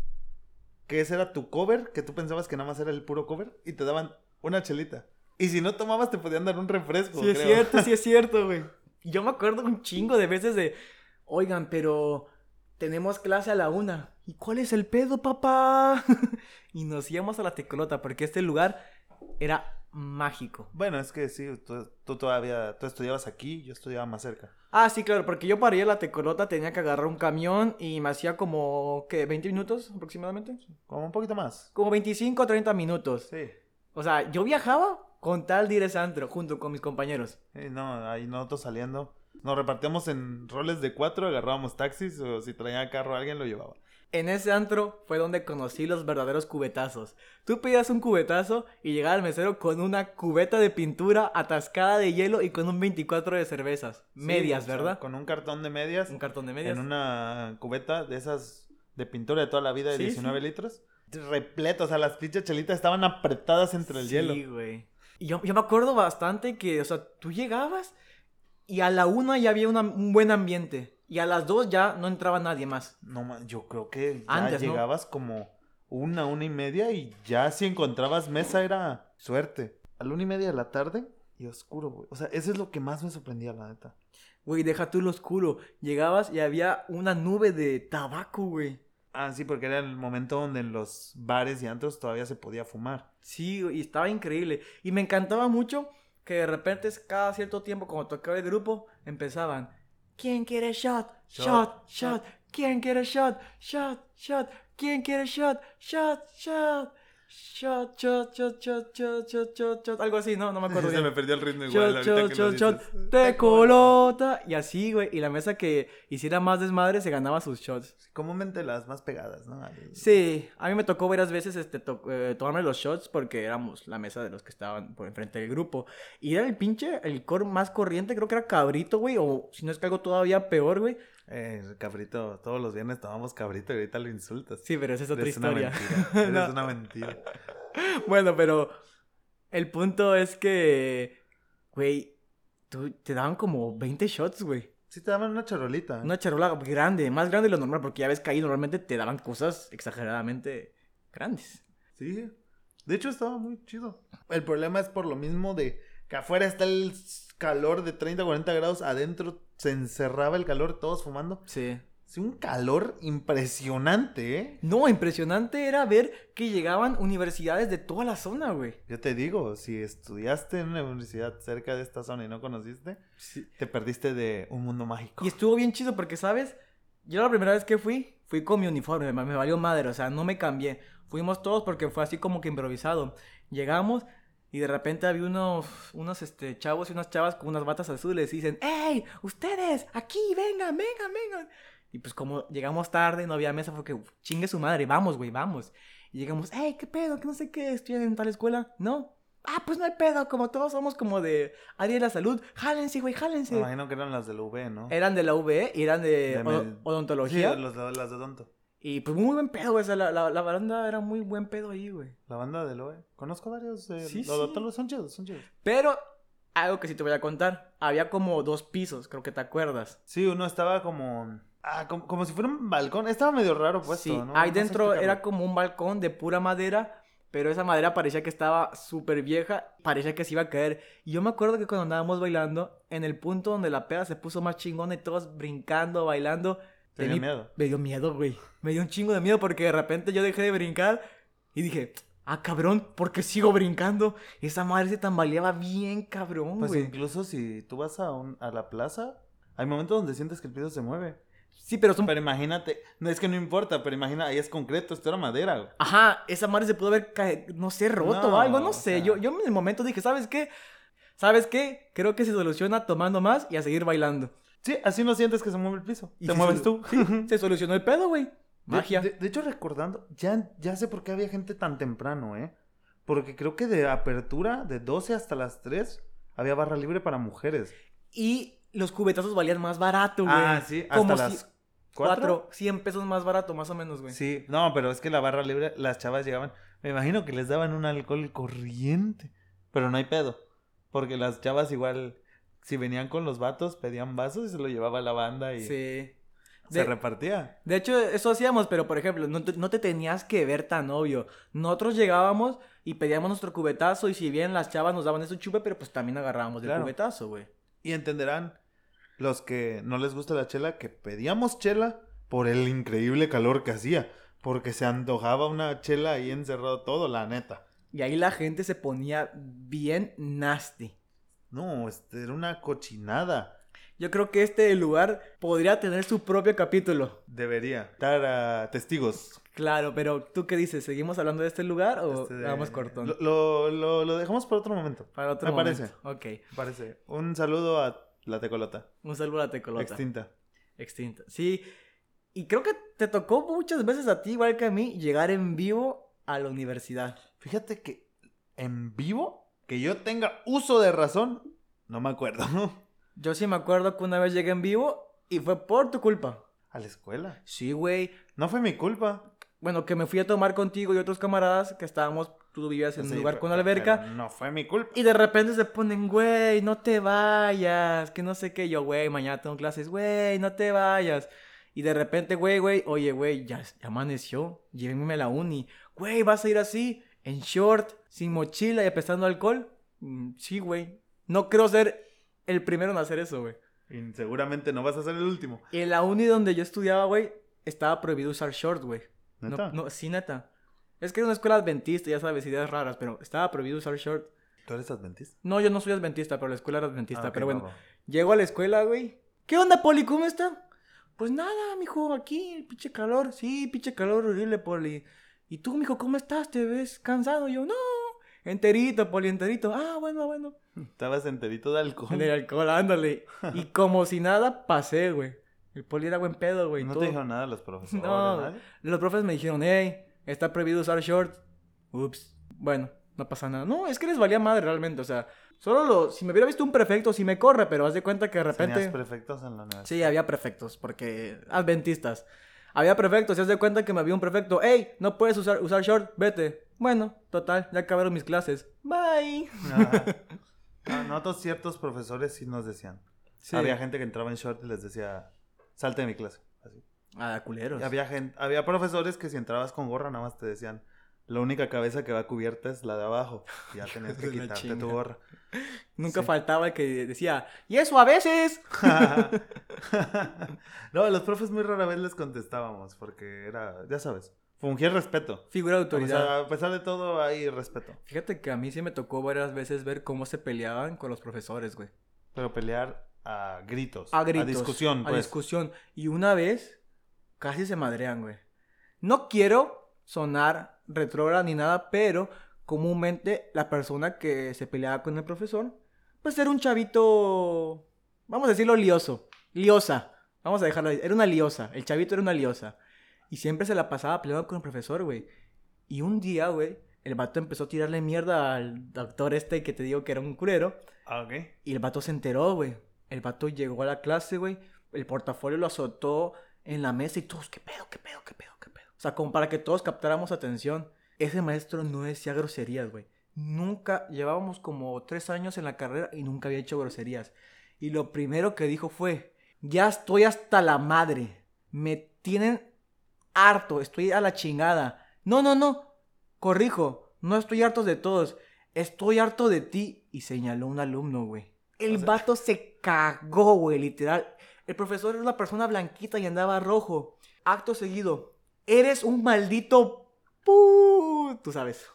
Speaker 2: que ese era tu cover, que tú pensabas que nada más era el puro cover, y te daban una chelita. Y si no tomabas, te podían dar un refresco.
Speaker 1: Sí, es
Speaker 2: creo.
Speaker 1: cierto, sí, es cierto, güey. Y Yo me acuerdo un chingo de veces de, oigan, pero tenemos clase a la una. ¿Y cuál es el pedo, papá? y nos íbamos a la tecolota porque este lugar era mágico.
Speaker 2: Bueno, es que sí, tú, tú todavía, tú estudiabas aquí, yo estudiaba más cerca.
Speaker 1: Ah, sí, claro, porque yo para ir a la tecolota tenía que agarrar un camión y me hacía como, ¿qué? ¿20 minutos aproximadamente?
Speaker 2: Como un poquito más.
Speaker 1: Como 25 o 30 minutos.
Speaker 2: Sí.
Speaker 1: O sea, yo viajaba con tal de ir a ese antro junto con mis compañeros.
Speaker 2: Eh, no, ahí nosotros saliendo. Nos repartíamos en roles de cuatro, agarrábamos taxis o si traía carro alguien lo llevaba.
Speaker 1: En ese antro fue donde conocí los verdaderos cubetazos. Tú pedías un cubetazo y llegaba el mesero con una cubeta de pintura atascada de hielo y con un 24 de cervezas. Medias,
Speaker 2: Sí, o sea,
Speaker 1: ¿verdad?
Speaker 2: Con un cartón de medias,
Speaker 1: Un cartón de medias.
Speaker 2: en una cubeta de esas de pintura de toda la vida de
Speaker 1: Sí,
Speaker 2: 19 litros. Repleto, o sea, las pinches chelitas estaban apretadas entre el
Speaker 1: Sí,
Speaker 2: hielo.
Speaker 1: güey. Y yo, yo me acuerdo bastante que, o sea, tú llegabas y a la una ya había una- un buen ambiente. Y a las dos ya no entraba nadie más.
Speaker 2: No, ma- yo creo que ya
Speaker 1: Antes, ¿no?
Speaker 2: llegabas como una, una y media y ya si encontrabas mesa era suerte. A la una y media de la tarde y oscuro, güey. O sea, eso es lo que más me sorprendía, la neta.
Speaker 1: Güey, deja tú lo oscuro. Llegabas y había una nube de tabaco, güey.
Speaker 2: Ah, sí, porque era el momento donde en los bares y antros todavía se podía fumar.
Speaker 1: Sí, güey, y estaba increíble. Y me encantaba mucho que de repente es cada cierto tiempo, cuando tocaba el grupo, empezaban. ¿Quién quiere shot? Shot,
Speaker 2: Shot,
Speaker 1: shot. ¿Quién quiere shot? Shot, shot. ¿Quién quiere shot? Shot, shot. Shot, shot, shot, shot, shot, shot, shot, shot. Algo así, no, no me acuerdo
Speaker 2: Se
Speaker 1: bien.
Speaker 2: me perdió el ritmo igual.
Speaker 1: Shot,
Speaker 2: ahorita
Speaker 1: shot,
Speaker 2: que lo
Speaker 1: shot, shot,
Speaker 2: dices.
Speaker 1: te colota. Y así, güey. Y la mesa que hiciera más desmadre se ganaba sus shots.
Speaker 2: Comúnmente las más pegadas, ¿no? Al-
Speaker 1: Sí, a mí me tocó varias veces este, to- eh, tomarme los shots porque éramos la mesa de los que estaban por enfrente del grupo. Y era el pinche, el cor más corriente, creo que era cabrito, güey. O si no es que algo todavía peor, güey.
Speaker 2: Eh, cabrito, todos los viernes tomamos cabrito y ahorita lo insultas.
Speaker 1: Sí, pero esa es otra
Speaker 2: Eres una
Speaker 1: historia.
Speaker 2: mentira. Eres
Speaker 1: No.
Speaker 2: una mentira.
Speaker 1: bueno, pero el punto es que, güey, tú- te daban como 20 shots, güey.
Speaker 2: Sí, te daban una charolita. ¿eh?
Speaker 1: Una charola grande, más grande de lo normal, porque ya ves que ahí normalmente te daban cosas exageradamente grandes.
Speaker 2: Sí. De hecho, estaba muy chido. El problema es por lo mismo de que afuera está el calor de 30, 40 grados, adentro se encerraba el calor, todos fumando.
Speaker 1: Sí.
Speaker 2: Sí, un calor impresionante, ¿eh?
Speaker 1: No, impresionante era ver que llegaban universidades de toda la zona, güey.
Speaker 2: Yo te digo, si estudiaste en una universidad cerca de esta zona y no conociste, te perdiste de un mundo mágico.
Speaker 1: Y estuvo bien chido porque, ¿sabes? Yo la primera vez que fui, fui con mi uniforme, me me valió madre, o sea, no me cambié. Fuimos todos porque fue así como que improvisado. Llegamos y de repente había unos, unos este, chavos y unas chavas con unas batas azules y dicen, ¡Ey! ¡Ustedes! ¡Aquí! ¡Vengan, vengan, vengan! Y pues como llegamos tarde, no había mesa, porque chingue su madre, vamos, güey, vamos. Y llegamos, ¡Ey! ¿Qué pedo? ¿Qué no sé qué? ¿Estudian en tal escuela? No. Ah, pues no hay pedo, como todos somos como de área de la salud. Jálense, güey, jálense.
Speaker 2: Me imagino que eran las del UV, ¿no?
Speaker 1: Eran de la UVE y eran de,
Speaker 2: De
Speaker 1: o-
Speaker 2: med-
Speaker 1: odontología.
Speaker 2: Sí, los- las de Tonto.
Speaker 1: Y pues muy buen pedo, güey. o sea, la, la, la baranda era muy buen pedo ahí, güey.
Speaker 2: La banda del UV. Conozco varios. eh,
Speaker 1: Sí,
Speaker 2: los
Speaker 1: sí.
Speaker 2: odontólogos son chidos, son chidos.
Speaker 1: Pero algo que sí te voy a contar. Había como dos pisos, creo que te acuerdas.
Speaker 2: Sí, uno estaba como. Ah, como, como si fuera un balcón. Estaba medio raro puesto,
Speaker 1: sí,
Speaker 2: ¿no?
Speaker 1: ahí
Speaker 2: No sé
Speaker 1: dentro
Speaker 2: explicarlo.
Speaker 1: era como un balcón de pura madera. Pero esa madera parecía que estaba súper vieja, parecía que se iba a caer. Y yo me acuerdo que cuando andábamos bailando, en el punto donde la peda se puso más chingona y todos brincando, bailando,
Speaker 2: Tenía
Speaker 1: tenía-
Speaker 2: miedo.
Speaker 1: Me dio miedo, güey. Me dio un chingo de miedo porque de repente yo dejé de brincar y dije, ah, cabrón, ¿por qué sigo brincando? Esa madre se tambaleaba bien, cabrón,
Speaker 2: Pues
Speaker 1: güey.
Speaker 2: incluso si tú vas a, un- a la plaza, hay momentos donde sientes que el piso se mueve.
Speaker 1: Sí, pero son...
Speaker 2: Pero imagínate, no es que no importa, pero imagina, ahí es concreto, esto era madera. güey.
Speaker 1: Ajá, esa madre se pudo haber, ca- no sé, roto o
Speaker 2: No,
Speaker 1: algo, no
Speaker 2: o
Speaker 1: sé.
Speaker 2: sea.
Speaker 1: Yo, yo en el momento dije, ¿sabes qué? ¿Sabes qué? Creo que se soluciona tomando más y a seguir bailando.
Speaker 2: Sí, así no sientes que se mueve el piso.
Speaker 1: Y
Speaker 2: Te
Speaker 1: sí
Speaker 2: mueves
Speaker 1: se-
Speaker 2: tú.
Speaker 1: Se solucionó el pedo, güey.
Speaker 2: De-
Speaker 1: Magia.
Speaker 2: De, de hecho, recordando, ya, ya sé por qué había gente tan temprano, ¿eh? Porque creo que de apertura, de 12 hasta las 3, había barra libre para mujeres.
Speaker 1: Y los cubetazos valían más barato, güey.
Speaker 2: Ah, sí, hasta
Speaker 1: Como
Speaker 2: las
Speaker 1: si-
Speaker 2: 4.
Speaker 1: cuatro, 100 pesos más barato, más o menos, güey.
Speaker 2: Sí, no, pero es que la barra libre, las chavas llegaban, me imagino que les daban un alcohol corriente, pero no hay pedo, porque las chavas igual, si venían con los vatos, pedían vasos y se lo llevaba la banda y
Speaker 1: Sí.
Speaker 2: se
Speaker 1: De-
Speaker 2: repartía.
Speaker 1: De hecho, eso hacíamos, pero por ejemplo, no te, no te tenías que ver tan obvio. Nosotros llegábamos y pedíamos nuestro cubetazo, y si bien las chavas nos daban ese chupe, pero pues también agarrábamos del
Speaker 2: Claro.
Speaker 1: cubetazo, güey.
Speaker 2: Y entenderán los que no les gusta la chela que pedíamos chela por el increíble calor que hacía, porque se antojaba una chela ahí encerrado todo, la neta.
Speaker 1: Y ahí la gente se ponía bien nasty.
Speaker 2: No, este, era una cochinada.
Speaker 1: Yo creo que este lugar podría tener su propio capítulo.
Speaker 2: Debería estar a testigos.
Speaker 1: Claro, pero ¿tú qué dices? ¿Seguimos hablando de este lugar o
Speaker 2: Este,
Speaker 1: damos cortón?
Speaker 2: Lo, lo, lo- lo dejamos para otro momento.
Speaker 1: Para otro
Speaker 2: me
Speaker 1: momento.
Speaker 2: parece.
Speaker 1: Ok.
Speaker 2: Parece. Un saludo a la tecolota.
Speaker 1: Un saludo a la tecolota.
Speaker 2: Extinta.
Speaker 1: Extinta. Sí. Y creo que te tocó muchas veces a ti, igual que a mí, llegar en vivo a la universidad.
Speaker 2: Fíjate que en vivo, que yo tenga uso de razón, no me acuerdo.
Speaker 1: Yo sí me acuerdo que una vez llegué en vivo y fue por tu culpa.
Speaker 2: a la escuela.
Speaker 1: Sí, güey.
Speaker 2: No fue mi culpa.
Speaker 1: Bueno, que me fui a tomar contigo y otros camaradas que estábamos, tú vivías en
Speaker 2: Sí,
Speaker 1: un lugar
Speaker 2: pero-
Speaker 1: con alberca.
Speaker 2: pero No fue mi culpa.
Speaker 1: Y de repente se ponen, güey, no te vayas, que no sé qué. Yo, güey, mañana tengo clases, güey, no te vayas. Y de repente, güey, güey, oye, güey, ya, ya amaneció, llévenme a la uni. Güey, vas a ir así, en short, sin mochila y apestando alcohol. Mm, sí, güey. No creo ser el primero en hacer eso, güey.
Speaker 2: Y seguramente no vas a ser el último.
Speaker 1: En la uni donde yo estudiaba, güey, estaba prohibido usar short, güey.
Speaker 2: ¿Neta?
Speaker 1: No, no, sí, neta. Es que era una escuela adventista, ya sabes, ideas raras, pero estaba prohibido usar short.
Speaker 2: ¿Tú eres adventista?
Speaker 1: No, yo no soy adventista, pero la escuela era adventista.
Speaker 2: Ah, ok,
Speaker 1: pero bueno,
Speaker 2: va, va.
Speaker 1: llego a la escuela, güey. ¿Qué onda, Poli? ¿Cómo está? Pues nada, mijo, aquí, pinche calor. Sí, pinche calor horrible, Poli. ¿Y tú, mijo, cómo estás? ¿Te ves cansado? Yo, no. Enterito, Poli, enterito. Ah, bueno, bueno.
Speaker 2: Estabas enterito de alcohol.
Speaker 1: Con el alcohol, ándale. Y como si nada, pasé, güey. El Poli era buen pedo, güey.
Speaker 2: no
Speaker 1: todo.
Speaker 2: te dijeron nada los profesores.
Speaker 1: No.
Speaker 2: nadie?
Speaker 1: Los profes me dijeron, hey, está prohibido usar shorts. Ups. Bueno, no pasa nada. No, es que les valía madre realmente. O sea, solo lo, si me hubiera visto un prefecto, sí me corre, pero haz de cuenta que de
Speaker 2: Tenías
Speaker 1: repente.
Speaker 2: prefectos en la universidad.
Speaker 1: Sí, había prefectos, porque. Adventistas. Había prefectos, y haz de cuenta que me había un prefecto. Hey, no puedes usar, usar short, vete. Bueno, total, ya acabaron mis clases. Bye.
Speaker 2: Ajá. Ah. No, nosotros ciertos profesores sí nos decían.
Speaker 1: Sí.
Speaker 2: Había gente que entraba en short y les decía, salte de mi clase. Así.
Speaker 1: Ah, culeros.
Speaker 2: Y Había, gente, había profesores que si entrabas con gorra nada más te decían, la única cabeza que va cubierta es la de abajo. Y ya tenías que
Speaker 1: De la
Speaker 2: quitarte
Speaker 1: chinga.
Speaker 2: tu gorra.
Speaker 1: Nunca
Speaker 2: sí.
Speaker 1: faltaba el que decía, y eso a veces.
Speaker 2: no, a los profes muy rara vez les contestábamos porque era, ya sabes, fungir respeto.
Speaker 1: Figura de
Speaker 2: O
Speaker 1: autoridad.
Speaker 2: sea, a pesar de todo hay respeto.
Speaker 1: Fíjate que a mí sí me tocó varias veces ver cómo se peleaban con los profesores, güey.
Speaker 2: Pero pelear a gritos.
Speaker 1: A gritos.
Speaker 2: discusión,
Speaker 1: A
Speaker 2: pues.
Speaker 1: discusión. Y una vez casi se madrean, güey. No quiero sonar retrógrada ni nada, pero comúnmente la persona que se peleaba con el profesor, pues era un chavito, vamos a decirlo, lioso. Liosa. Vamos a dejarlo ahí. Era una liosa. El chavito era una liosa. Y siempre se la pasaba peleando con el profesor, güey. Y un día, güey, el vato empezó a tirarle mierda al doctor este que te digo que era un curero.
Speaker 2: Ah, ok.
Speaker 1: Y el vato se enteró, güey. El vato llegó a la clase, güey. El portafolio lo azotó en la mesa y todos, ¿qué pedo, qué pedo, qué pedo, qué pedo? O sea, como para que todos captáramos atención. Ese maestro no decía groserías, güey. Nunca, llevábamos como tres años en la carrera y nunca había hecho groserías. Y lo primero que dijo fue, ya estoy hasta la madre. Me tienen harto, estoy a la chingada. No, no, no. Corrijo, no estoy harto de todos. Estoy harto de ti. Y señaló un alumno, güey. El
Speaker 2: O sea-
Speaker 1: vato se cagó, güey, literal. El profesor era una persona blanquita y andaba rojo. Acto seguido. Eres un maldito... pu-". Tú sabes.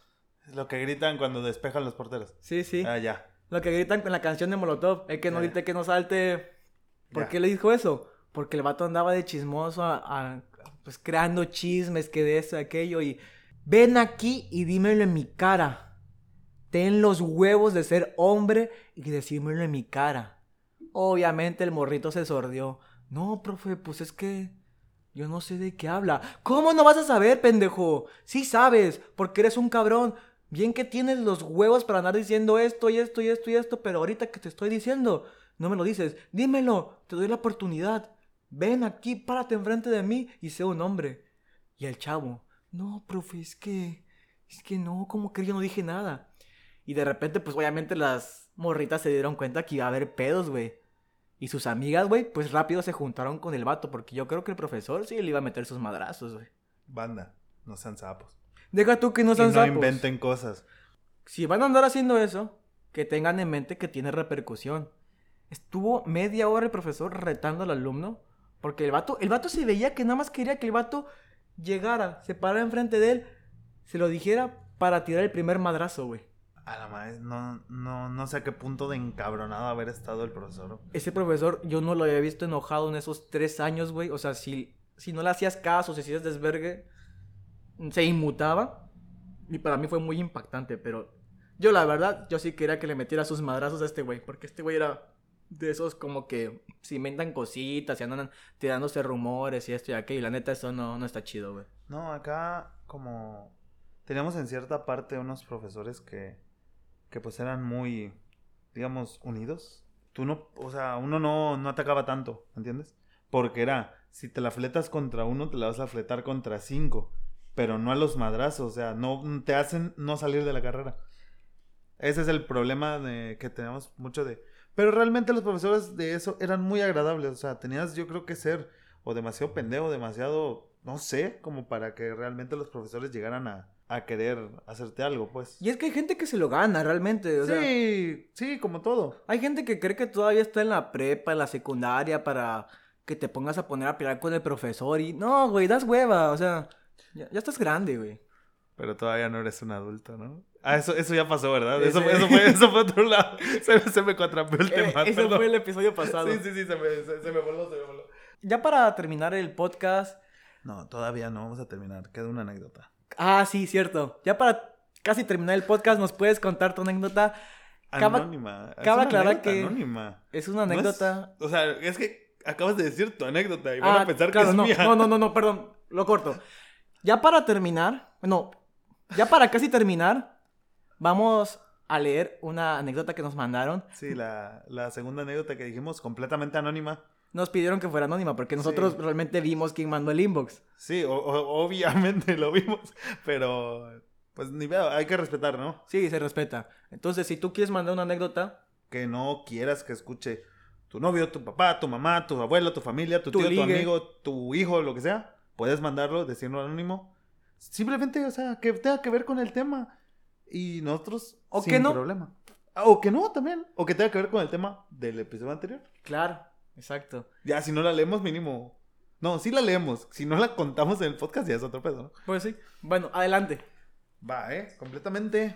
Speaker 2: Es lo que gritan cuando despejan los porteros.
Speaker 1: Sí, sí.
Speaker 2: Ah, ya.
Speaker 1: Lo que gritan con la canción de Molotov, el que no
Speaker 2: Ya, ya.
Speaker 1: grite, que no salte. ¿Por
Speaker 2: Ya.
Speaker 1: qué le dijo eso? Porque el vato andaba de chismoso, a- a- pues creando chismes, que de eso, aquello, y ven aquí y dímelo en mi cara. Ten los huevos de ser hombre y decírmelo en mi cara. Obviamente el morrito se sordió. No, profe, pues es que yo no sé de qué habla. ¿Cómo no vas a saber, pendejo? Sí sabes, porque eres un cabrón. Bien que tienes los huevos para andar diciendo esto y esto y esto y esto, pero ahorita que te estoy diciendo, no me lo dices. Dímelo, te doy la oportunidad. Ven aquí, párate enfrente de mí y sé un hombre. Y el chavo, no, profe, es que, es que no, como que yo no dije nada. Y de repente, pues obviamente las morritas se dieron cuenta que iba a haber pedos, güey. Y sus amigas, güey, pues rápido se juntaron con el vato, porque yo creo que el profesor sí le iba a meter sus madrazos, güey.
Speaker 2: Banda, no sean sapos.
Speaker 1: Deja tú que no sean
Speaker 2: y no
Speaker 1: sapos.
Speaker 2: inventen cosas.
Speaker 1: Si van a andar haciendo eso, que tengan en mente que tiene repercusión. Estuvo media hora el profesor retando al alumno, porque el vato, el vato se veía que nada más quería que el vato llegara, se parara enfrente de él, se lo dijera para tirar el primer madrazo, güey.
Speaker 2: A la madre, no, no, no sé a qué punto de encabronado haber estado el profesor.
Speaker 1: Ese profesor yo no lo había visto enojado en esos tres años, güey. O sea, si, si no le hacías caso, si hacías desvergue, se inmutaba. Y para mí fue muy impactante, pero yo la verdad, yo sí quería que le metiera sus madrazos a este güey, porque este güey era de esos como que se inventan cositas y andan tirándose rumores y esto y aquello. Y la neta, eso no, no está chido, güey.
Speaker 2: No, acá como teníamos en cierta parte unos profesores que, que pues eran muy, digamos, unidos. Tú no, o sea, uno no, no atacaba tanto, ¿entiendes? Porque era, si te la fletas contra uno, te la vas a fletar contra cinco, pero no a los madrazos, o sea, no te hacen no salir de la carrera. Ese es el problema de, que tenemos mucho de... Pero realmente los profesores de eso eran muy agradables, o sea, tenías yo creo que ser o demasiado pendejo, demasiado no sé, como para que realmente los profesores llegaran a, a querer hacerte algo, pues.
Speaker 1: Y es que hay gente que se lo gana realmente. O sea,
Speaker 2: sí, sí, como todo.
Speaker 1: hay gente que cree que todavía está en la prepa, en la secundaria, para que te pongas a poner a pelear con el profesor. Y no, güey, das hueva. O sea, ya, ya estás grande, güey.
Speaker 2: Pero todavía no eres un adulto, ¿no? Ah, eso, eso ya pasó, ¿verdad? Eso,
Speaker 1: Ese-
Speaker 2: eso, fue, eso fue otro lado. Se, me- se me contrapó el
Speaker 1: Eh,
Speaker 2: tema.
Speaker 1: ese
Speaker 2: perdón.
Speaker 1: fue el episodio pasado.
Speaker 2: Sí, sí, sí, se me, se, se me voló, se me voló.
Speaker 1: Ya para terminar el podcast.
Speaker 2: No, todavía no vamos a terminar. Queda una anécdota.
Speaker 1: Ah, sí, cierto. Ya para casi terminar el podcast, ¿nos puedes contar tu anécdota? Acaba-
Speaker 2: Anónima. Es
Speaker 1: acaba
Speaker 2: una
Speaker 1: aclarar
Speaker 2: anécdota
Speaker 1: que-
Speaker 2: Anónima.
Speaker 1: Es una
Speaker 2: No es-
Speaker 1: anécdota.
Speaker 2: o sea, es que acabas de decir tu anécdota y Eh, van
Speaker 1: Ah,
Speaker 2: a pensar
Speaker 1: claro,
Speaker 2: que es
Speaker 1: no,
Speaker 2: mía.
Speaker 1: No, no, no, no, perdón, lo corto. Ya para terminar, no, ya para casi terminar, vamos a leer una anécdota que nos mandaron.
Speaker 2: Sí, la, la segunda anécdota que dijimos, completamente anónima.
Speaker 1: Nos pidieron que fuera anónima porque nosotros
Speaker 2: Sí.
Speaker 1: realmente vimos quién mandó el inbox.
Speaker 2: Sí, o- o- obviamente lo vimos, pero pues ni veo, hay que respetar, ¿no?
Speaker 1: Sí, se respeta. Entonces, si tú quieres mandar una anécdota,
Speaker 2: Que no quieras que escuche tu novio, tu papá, tu mamá, tu abuelo, tu familia, tu
Speaker 1: Tu
Speaker 2: tío, tu
Speaker 1: ligue.
Speaker 2: amigo, tu hijo, lo que sea, puedes mandarlo, decirlo anónimo. Simplemente, o sea, que tenga que ver con el tema. Y nosotros,
Speaker 1: O
Speaker 2: sin
Speaker 1: que no.
Speaker 2: problema. Ah, O que no, también. O que tenga que ver con el tema del episodio anterior.
Speaker 1: claro, exacto.
Speaker 2: Ya, si no la leemos, mínimo. No, sí la leemos. Si no la contamos en el podcast, ya es otro pedo, ¿no?
Speaker 1: Pues sí. Bueno, adelante.
Speaker 2: Va, ¿eh? Completamente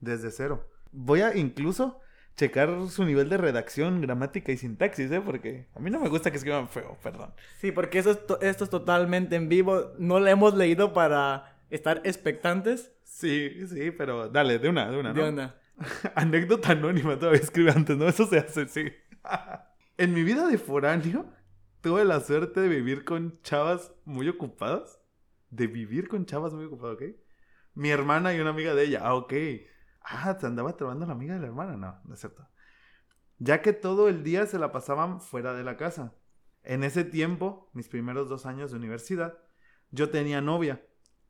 Speaker 2: desde cero. Voy a incluso checar su nivel de redacción, gramática y sintaxis, ¿eh? Porque a mí no me gusta que escriban feo, perdón.
Speaker 1: Sí, porque eso es to- esto es totalmente en vivo. No la hemos leído para estar expectantes
Speaker 2: Sí, sí, pero dale, de una, de una.
Speaker 1: de
Speaker 2: ¿no?
Speaker 1: onda.
Speaker 2: Anécdota anónima todavía escribe antes, ¿no? Eso se hace, sí. en mi vida de foráneo, tuve la suerte de vivir con chavas muy ocupadas. De vivir con chavas muy ocupadas, ¿ok? Mi hermana y una amiga de ella. Ah, ok. Ah, te andaba trabando la amiga de la hermana. No, no es cierto. Ya que todo el día se la pasaban fuera de la casa. En ese tiempo, mis primeros dos años de universidad, yo tenía novia.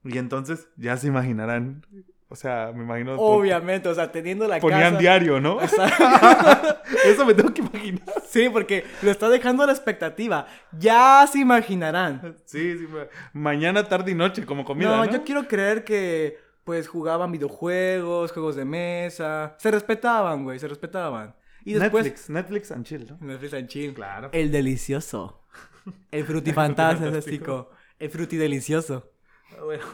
Speaker 2: Y entonces, ya se imaginarán. O sea, me imagino.
Speaker 1: Obviamente, o sea, teniendo la
Speaker 2: pues, Ponían
Speaker 1: casa.
Speaker 2: diario, ¿no?
Speaker 1: Exacto.
Speaker 2: Eso me tengo que imaginar.
Speaker 1: Sí, porque lo está dejando a la expectativa. Ya se imaginarán.
Speaker 2: Sí, sí. ma- Mañana, tarde y noche, como comida,
Speaker 1: no,
Speaker 2: ¿no?
Speaker 1: yo quiero creer que pues jugaban videojuegos, juegos de mesa. Se respetaban, güey, se respetaban. Y después Eh,
Speaker 2: Netflix, Netflix and chill, ¿no?
Speaker 1: Netflix and chill.
Speaker 2: Claro.
Speaker 1: El delicioso. El frutifantástico.
Speaker 2: Fantástico.
Speaker 1: el frutidelicioso.
Speaker 2: Bueno,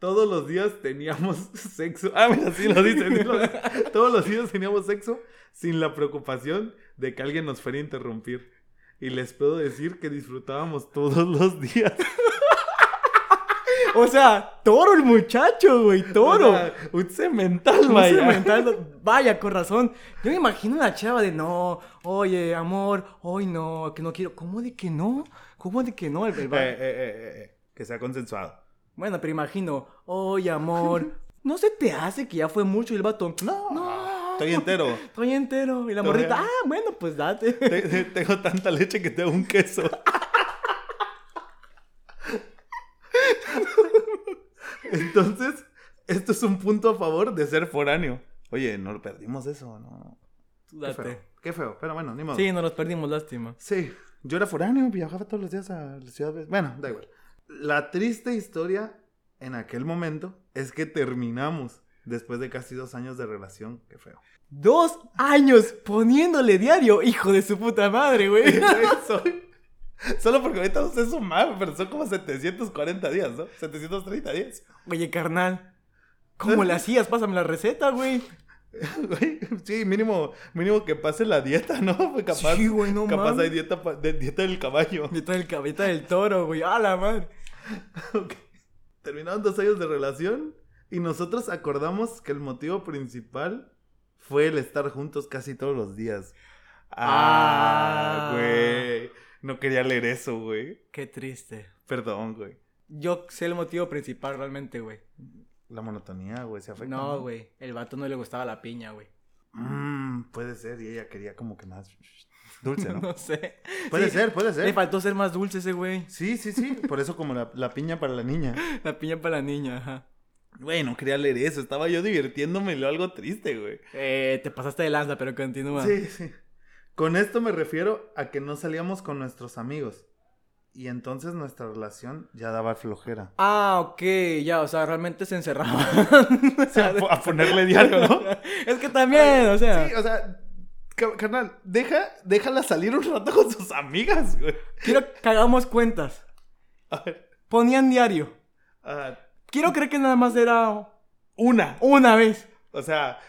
Speaker 2: todos los días teníamos sexo. Ah, mira, sí lo dice. sí lo dice. Todos los días teníamos sexo sin la preocupación de que alguien nos fuera a interrumpir. Y les puedo decir que disfrutábamos todos los días.
Speaker 1: O sea, toro el muchacho, güey, toro.
Speaker 2: O sea, un cemental,
Speaker 1: No se
Speaker 2: vaya.
Speaker 1: me está dando- Vaya, con razón. Yo me imagino una chava de no, oye, amor, hoy no, que no quiero. ¿Cómo de que no? ¿Cómo de que no? El, el
Speaker 2: Eh,
Speaker 1: va-
Speaker 2: eh, eh, eh, eh, que sea consensuado.
Speaker 1: Bueno, pero imagino, oye, amor, ¿no se te hace que ya fue mucho y el vato? No, no.
Speaker 2: Estoy entero.
Speaker 1: Estoy entero. Y la
Speaker 2: Todavía-
Speaker 1: morrita, ah, bueno, pues date.
Speaker 2: Te- te- Tengo tanta leche que tengo un queso. Entonces, esto es un punto a favor de ser foráneo. Oye, no lo perdimos eso, ¿no?
Speaker 1: Tú
Speaker 2: Qué feo,
Speaker 1: date.
Speaker 2: qué feo, pero bueno, ni modo.
Speaker 1: Sí, nos los perdimos, lástima.
Speaker 2: Sí, yo era foráneo, viajaba todos los días a la ciudad. de- Bueno, da igual. La triste historia en aquel momento es que terminamos después de casi dos años de relación. Qué feo.
Speaker 1: Dos años poniéndole diario, hijo de su puta madre, güey.
Speaker 2: Güey, soy- Solo porque ahorita no sé sumar, pero son como 740 días, ¿no? 730 días.
Speaker 1: Oye, carnal, ¿cómo le hacías? Pásame la receta, güey.
Speaker 2: Güey, sí, mínimo, mínimo que pase la dieta, ¿no? Pues Capaz,
Speaker 1: Sí, güey, no
Speaker 2: capaz
Speaker 1: mames.
Speaker 2: hay dieta, pa- de, dieta del caballo.
Speaker 1: De todo el cabeza del toro, güey. ¡A la madre!
Speaker 2: Ok. Terminaron dos años de relación y nosotros acordamos que el motivo principal fue el estar juntos casi todos los días.
Speaker 1: Ah.
Speaker 2: Ah, güey. No quería leer eso, güey.
Speaker 1: Qué triste.
Speaker 2: Perdón, güey.
Speaker 1: Yo sé el motivo principal realmente, güey.
Speaker 2: La monotonía, güey, se afecta.
Speaker 1: No, güey. El vato no le gustaba la piña, güey.
Speaker 2: Mmm, puede ser, y ella quería como que más dulce, ¿no?
Speaker 1: No sé.
Speaker 2: Puede
Speaker 1: Sí,
Speaker 2: ser, puede
Speaker 1: Le
Speaker 2: ser.
Speaker 1: faltó ser más dulce ese güey.
Speaker 2: Sí, sí, sí. Por eso como la, la piña para la niña.
Speaker 1: La piña para la niña, ajá.
Speaker 2: Güey, no quería leer eso. Estaba yo divirtiéndome y lo algo triste, güey.
Speaker 1: Eh, te pasaste de lanza, pero continúa.
Speaker 2: Sí, sí. Con esto me refiero a que no salíamos con nuestros amigos. Y entonces nuestra relación ya daba flojera.
Speaker 1: Ah, ok, ya, o sea, realmente se encerraban. O
Speaker 2: Sí, a,
Speaker 1: sea,
Speaker 2: po- a ponerle diario, ¿no?
Speaker 1: es que también, o sea,
Speaker 2: Sí, o sea, ca- carnal, deja, déjala salir un rato con sus amigas, güey.
Speaker 1: quiero que hagamos cuentas.
Speaker 2: A ver,
Speaker 1: Ponían diario.
Speaker 2: ah,
Speaker 1: Quiero creer que nada más era
Speaker 2: una.
Speaker 1: una vez.
Speaker 2: O sea,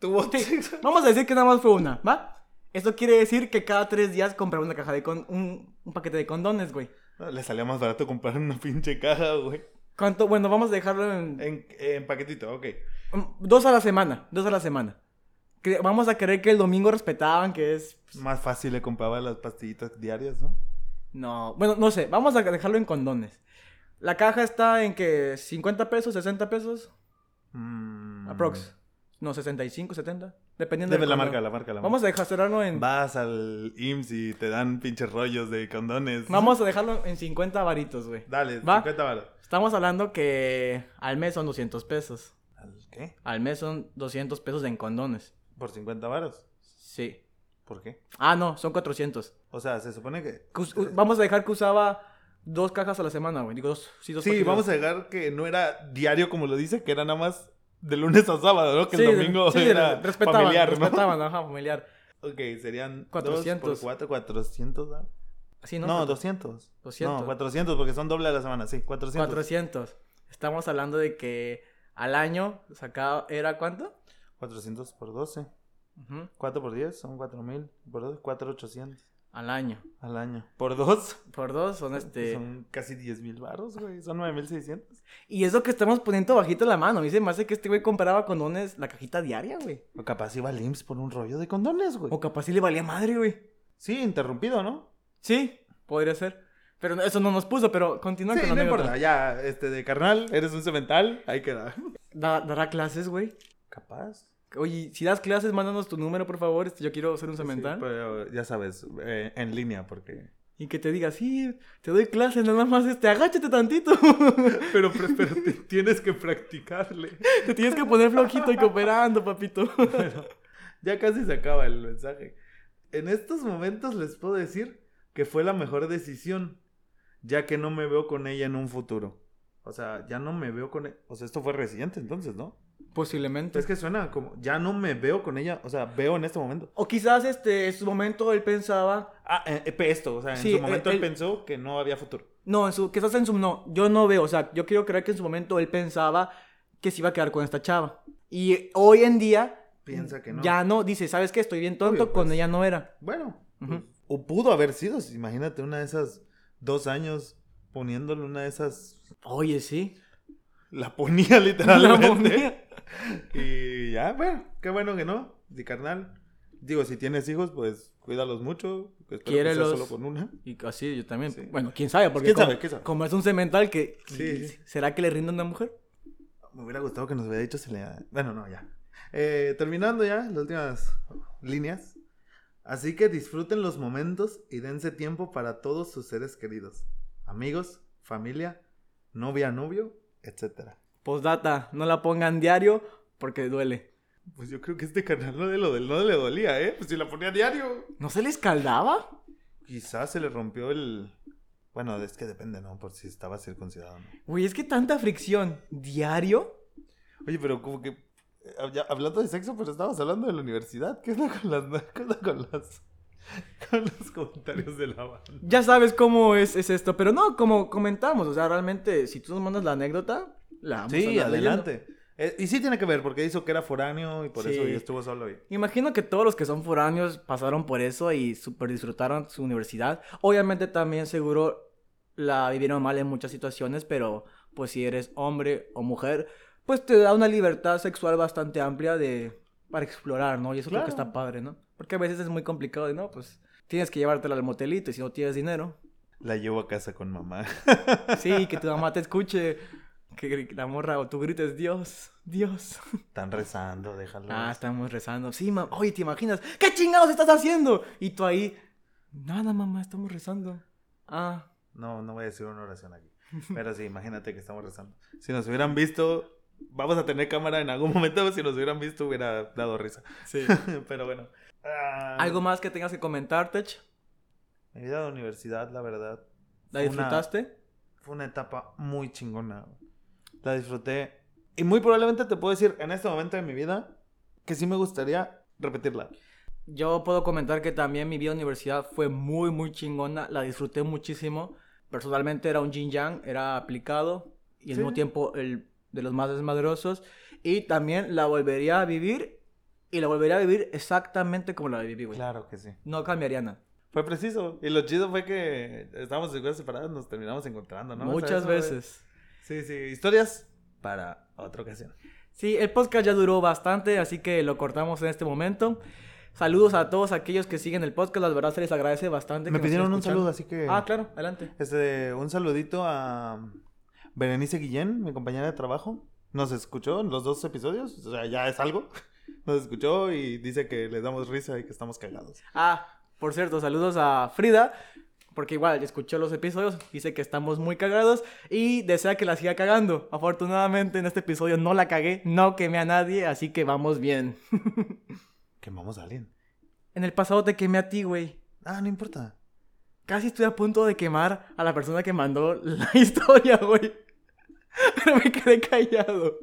Speaker 2: tuvo sexo.
Speaker 1: Vamos a decir que nada más fue una, ¿va? Esto quiere decir que cada tres días compraba una caja de con... un, un paquete de condones, güey.
Speaker 2: No, le salía más barato comprar una pinche caja, güey.
Speaker 1: ¿Cuánto? Bueno, vamos a dejarlo en...
Speaker 2: En, en paquetito, ok.
Speaker 1: Mm, Dos a la semana, dos a la semana. Que- Vamos a creer que el domingo respetaban, que es...
Speaker 2: Más fácil le compraba las pastillitas diarias, ¿no?
Speaker 1: No, bueno, no sé, vamos a dejarlo en condones. La caja está en que 50 pesos, 60 pesos,
Speaker 2: Mm.
Speaker 1: aprox. No, 65, 70, dependiendo
Speaker 2: Debe
Speaker 1: del
Speaker 2: la
Speaker 1: condón.
Speaker 2: marca, la marca, la marca.
Speaker 1: Vamos a dejarlo en...
Speaker 2: Vas al IMSS y te dan pinches rollos de condones.
Speaker 1: Vamos a dejarlo en 50 varitos, güey.
Speaker 2: Dale,
Speaker 1: Va.
Speaker 2: 50 balas.
Speaker 1: Estamos hablando que al mes son 200 pesos.
Speaker 2: ¿Qué?
Speaker 1: Al mes son 200 pesos en condones.
Speaker 2: ¿Por 50 varos?
Speaker 1: Sí.
Speaker 2: ¿Por qué?
Speaker 1: Ah, no, son 400.
Speaker 2: O sea, se supone que...
Speaker 1: Que us- u- vamos a dejar que usaba dos cajas a la semana, güey. Digo, dos, sí, dos
Speaker 2: Sí,
Speaker 1: paquetes.
Speaker 2: vamos a dejar que no era diario como lo dice, que era nada más de lunes a sábado, ¿no? Que
Speaker 1: Sí,
Speaker 2: el domingo
Speaker 1: sí,
Speaker 2: era
Speaker 1: respetaban,
Speaker 2: familiar, ¿no?
Speaker 1: respetaban, ajá, familiar.
Speaker 2: Ok, serían
Speaker 1: 400.
Speaker 2: 400. 4, 400, ¿no?
Speaker 1: Así,
Speaker 2: No,
Speaker 1: ¿no?
Speaker 2: 200.
Speaker 1: 200.
Speaker 2: No, 400 porque son doble a la semana, sí, 400.
Speaker 1: 400. Estamos hablando de que al año sacaba, ¿era cuánto?
Speaker 2: 400 por 12.
Speaker 1: Ujú,
Speaker 2: 4 por 10 son 4000. Por 2, 4800
Speaker 1: Al año.
Speaker 2: al año. Por 2.
Speaker 1: Por dos son este...
Speaker 2: Son casi 10.000 baros, güey. Son 9.600.
Speaker 1: Y eso que estamos poniendo bajito la mano. Dice, me hace que este güey compraba condones la cajita diaria, güey.
Speaker 2: O capaz iba al IMSS por un rollo de condones, güey.
Speaker 1: O capaz sí le valía madre, güey.
Speaker 2: Sí, interrumpido, ¿no?
Speaker 1: Sí, podría ser. Pero no- eso no nos puso, pero continúa
Speaker 2: sí,
Speaker 1: con
Speaker 2: no
Speaker 1: la anécdota.
Speaker 2: importa. Ya, este, de carnal, eres un cemental, ahí queda.
Speaker 1: Da- ¿Dará clases, güey?
Speaker 2: Capaz.
Speaker 1: Oye, si das clases, mándanos tu número, por favor. este, Yo quiero ser un
Speaker 2: Sí, pues.
Speaker 1: cemental.
Speaker 2: pero ya sabes, eh, en línea, porque...
Speaker 1: Y que te diga, sí, te doy clases, nada más, este, agáchate tantito.
Speaker 2: Pero, pero, pero te- tienes que practicarle.
Speaker 1: te tienes que poner flojito y cooperando, papito.
Speaker 2: Ya casi se acaba el mensaje. En estos momentos les puedo decir que fue la mejor decisión, ya que no me veo con ella en un futuro. O sea, ya no me veo con... e- O sea, esto fue reciente entonces, ¿no?
Speaker 1: Posiblemente.
Speaker 2: Es que suena como, ya no me veo con ella, o sea, veo en este momento.
Speaker 1: O quizás, este, en su momento él pensaba...
Speaker 2: Ah, eh, eh, esto, o sea, en
Speaker 1: Sí,
Speaker 2: su momento
Speaker 1: el-
Speaker 2: él
Speaker 1: el-
Speaker 2: pensó que no había futuro.
Speaker 1: No, en su, quizás en su... No, yo no veo, o sea, yo quiero creer que en su momento él pensaba que se iba a quedar con esta chava. Y hoy en día...
Speaker 2: Piensa que no.
Speaker 1: Ya no, dice, ¿sabes qué? Estoy bien tonto,
Speaker 2: Obvio,
Speaker 1: con
Speaker 2: pues.
Speaker 1: ella no era.
Speaker 2: Bueno,
Speaker 1: Ujú.
Speaker 2: pues, o pudo haber sido, si imagínate una de esas dos años poniéndole una de esas,
Speaker 1: Oye, sí.
Speaker 2: la ponía
Speaker 1: La
Speaker 2: literalmente.
Speaker 1: moneda.
Speaker 2: y ya, bueno, qué bueno que no, di carnal. Digo, si tienes hijos, pues cuídalos mucho. Espero que sea
Speaker 1: Quiérelos.
Speaker 2: solo con una.
Speaker 1: Y así yo también.
Speaker 2: Sí.
Speaker 1: Bueno, quién sabe, porque
Speaker 2: ¿Quién
Speaker 1: como,
Speaker 2: sabe? ¿Quién sabe?
Speaker 1: como es un cemental que
Speaker 2: Sí, sí.
Speaker 1: ¿será que le rinde a una mujer?
Speaker 2: Me hubiera gustado que nos hubiera dicho si le... Bueno, no, ya. Eh, terminando ya las últimas líneas. Así que disfruten los momentos y dense tiempo para todos sus seres queridos. Amigos, familia, novia, novio, etcétera.
Speaker 1: Postdata, no la pongan diario porque duele.
Speaker 2: Pues yo creo que este canal no, de lo del, no le dolía, ¿eh? Pues si la ponía a diario.
Speaker 1: ¿No se le escaldaba?
Speaker 2: Quizás se le rompió el... Bueno, es que depende, ¿no? Por si estaba circuncidado o no.
Speaker 1: Güey, es que tanta fricción. ¿Diario?
Speaker 2: Oye, pero como que... eh, ya hablando de sexo, pero estabas hablando de la universidad. ¿Qué onda con las... qué onda con las... con los comentarios de la banda?
Speaker 1: Ya sabes cómo es, es esto, pero no, como comentamos, o sea, realmente, si tú nos mandas la anécdota, la vamos a
Speaker 2: Sí,
Speaker 1: andar leyendo.
Speaker 2: adelante. Eh, y sí tiene que ver, porque hizo que era foráneo y por eso
Speaker 1: Sí.
Speaker 2: y estuvo solo ahí.
Speaker 1: Imagino que todos los que son foráneos pasaron por eso y super disfrutaron su universidad. Obviamente también seguro la vivieron mal en muchas situaciones, pero pues si eres hombre o mujer, pues te da una libertad sexual bastante amplia de para explorar, ¿no? Y eso creo que
Speaker 2: Claro.
Speaker 1: está padre, ¿no? Porque a veces es muy complicado de, no, pues tienes que llevártela al motelito y si no tienes dinero,
Speaker 2: La llevo a casa con mamá.
Speaker 1: sí, que tu mamá te escuche, que gri- la morra o tú grites, Dios, Dios.
Speaker 2: Están rezando, déjalo.
Speaker 1: Ah, estamos rezando. Sí, mamá. Oye, ¿te imaginas? ¿Qué chingados estás haciendo? Y tú ahí. Nada, mamá, estamos rezando. Ah.
Speaker 2: No, no voy a decir una oración aquí. Pero sí, imagínate que estamos rezando. Si nos hubieran visto, vamos a tener cámara en algún momento. Si nos hubieran visto, hubiera dado risa.
Speaker 1: Sí.
Speaker 2: Pero bueno. Ah,
Speaker 1: ¿Algo más que tengas que comentar, Tech?
Speaker 2: Mi vida de universidad, la verdad,
Speaker 1: ¿La
Speaker 2: Una-
Speaker 1: disfrutaste?
Speaker 2: Fue una etapa muy chingona. güey. La disfruté. Y muy probablemente te puedo decir en este momento de mi vida que sí me gustaría repetirla.
Speaker 1: Yo puedo comentar que también mi vida de universidad fue muy, muy chingona. La disfruté muchísimo. Personalmente era un yin yang, era aplicado y al
Speaker 2: Sí.
Speaker 1: mismo tiempo el de los más desmadrosos. Y también la volvería a vivir y la volvería a vivir exactamente como la viví, güey.
Speaker 2: Claro que sí.
Speaker 1: No cambiaría nada.
Speaker 2: Fue preciso. Y lo chido fue que estábamos en escuelas separadas, nos terminamos encontrando, ¿no?
Speaker 1: Muchas
Speaker 2: O sea, eso,
Speaker 1: veces.
Speaker 2: güey. Sí, sí. Historias para otra ocasión.
Speaker 1: Sí, el podcast ya duró bastante, así que lo cortamos en este momento. Saludos a todos aquellos que siguen el podcast, la verdad se les agradece bastante.
Speaker 2: Me
Speaker 1: que nos
Speaker 2: pidieron
Speaker 1: estén
Speaker 2: un
Speaker 1: escuchando.
Speaker 2: saludo, así que.
Speaker 1: Ah, claro, adelante.
Speaker 2: Este, un saludito a Berenice Guillén, mi compañera de trabajo. Nos escuchó en los dos episodios, o sea, ya es algo. Nos escuchó y dice que le damos risa y que estamos cagados.
Speaker 1: Ah, por cierto, saludos a Frida, porque igual escuchó los episodios, dice que estamos muy cagados y desea que la siga cagando. Afortunadamente en este episodio no la cagué, no quemé a nadie, así que vamos bien.
Speaker 2: Quemamos a alguien.
Speaker 1: En el pasado te quemé a ti, güey.
Speaker 2: Ah, no importa.
Speaker 1: Casi estoy a punto de quemar a la persona que mandó la historia, güey. Pero me quedé callado.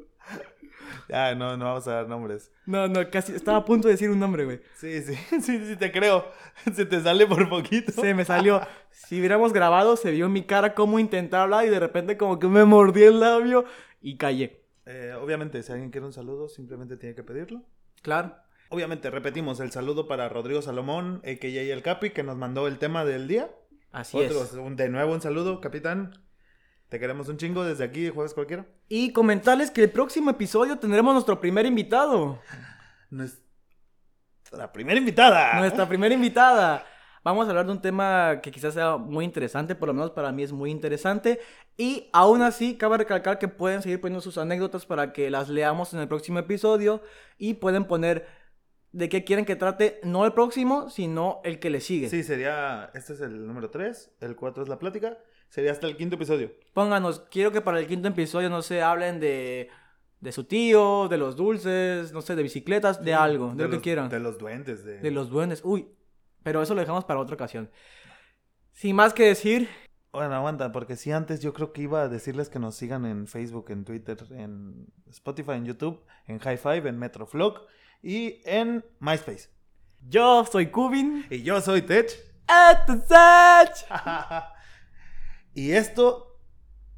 Speaker 2: Ah, no, no vamos a dar nombres.
Speaker 1: No, no, casi estaba a punto de decir un nombre, güey.
Speaker 2: Sí, sí, sí, sí, te creo. Se te sale por poquito.
Speaker 1: Se me salió. Si hubiéramos grabado, se vio en mi cara cómo intentaba hablar y de repente como que me mordí el labio y callé.
Speaker 2: Eh, obviamente, si alguien quiere un saludo, simplemente tiene que pedirlo.
Speaker 1: Claro.
Speaker 2: Obviamente, repetimos el saludo para Rodrigo Salomón, a.k.a. El Capi, que nos mandó el tema del día.
Speaker 1: Así
Speaker 2: Otros,
Speaker 1: es.
Speaker 2: un- de nuevo un saludo, capitán. Te queremos un chingo desde aquí, jueves cualquiera.
Speaker 1: Y comentarles que el próximo episodio tendremos nuestro primer invitado.
Speaker 2: Nuestra primera invitada.
Speaker 1: Nuestra primera invitada. Vamos a hablar de un tema que quizás sea muy interesante, por lo menos para mí es muy interesante. Y aún así, cabe recalcar que pueden seguir poniendo sus anécdotas para que las leamos en el próximo episodio. Y pueden poner de qué quieren que trate, no el próximo, sino el que le sigue.
Speaker 2: Sí, sería. Este es el número 3. El 4 es la plática. Sería hasta el quinto episodio.
Speaker 1: Pónganos, quiero que para el quinto episodio no se hablen de, de su tío, de los dulces, no sé, de bicicletas, de algo, de, lo
Speaker 2: los-
Speaker 1: que quieran.
Speaker 2: De los duendes. De...
Speaker 1: De los duendes. Uy, pero eso lo dejamos para otra ocasión. Sin más que decir,
Speaker 2: Bueno, aguanta, porque si antes yo creo que iba a decirles que nos sigan en Facebook, en Twitter, en Spotify, en YouTube, en High Five, en Metroflog y en MySpace.
Speaker 1: yo soy Kubin.
Speaker 2: Y yo soy Tech.
Speaker 1: ¡Esto es Edge.
Speaker 2: y esto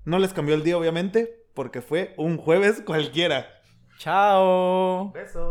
Speaker 2: no les cambió el día, obviamente, porque fue un jueves cualquiera.
Speaker 1: ¡Chao!
Speaker 2: Besos.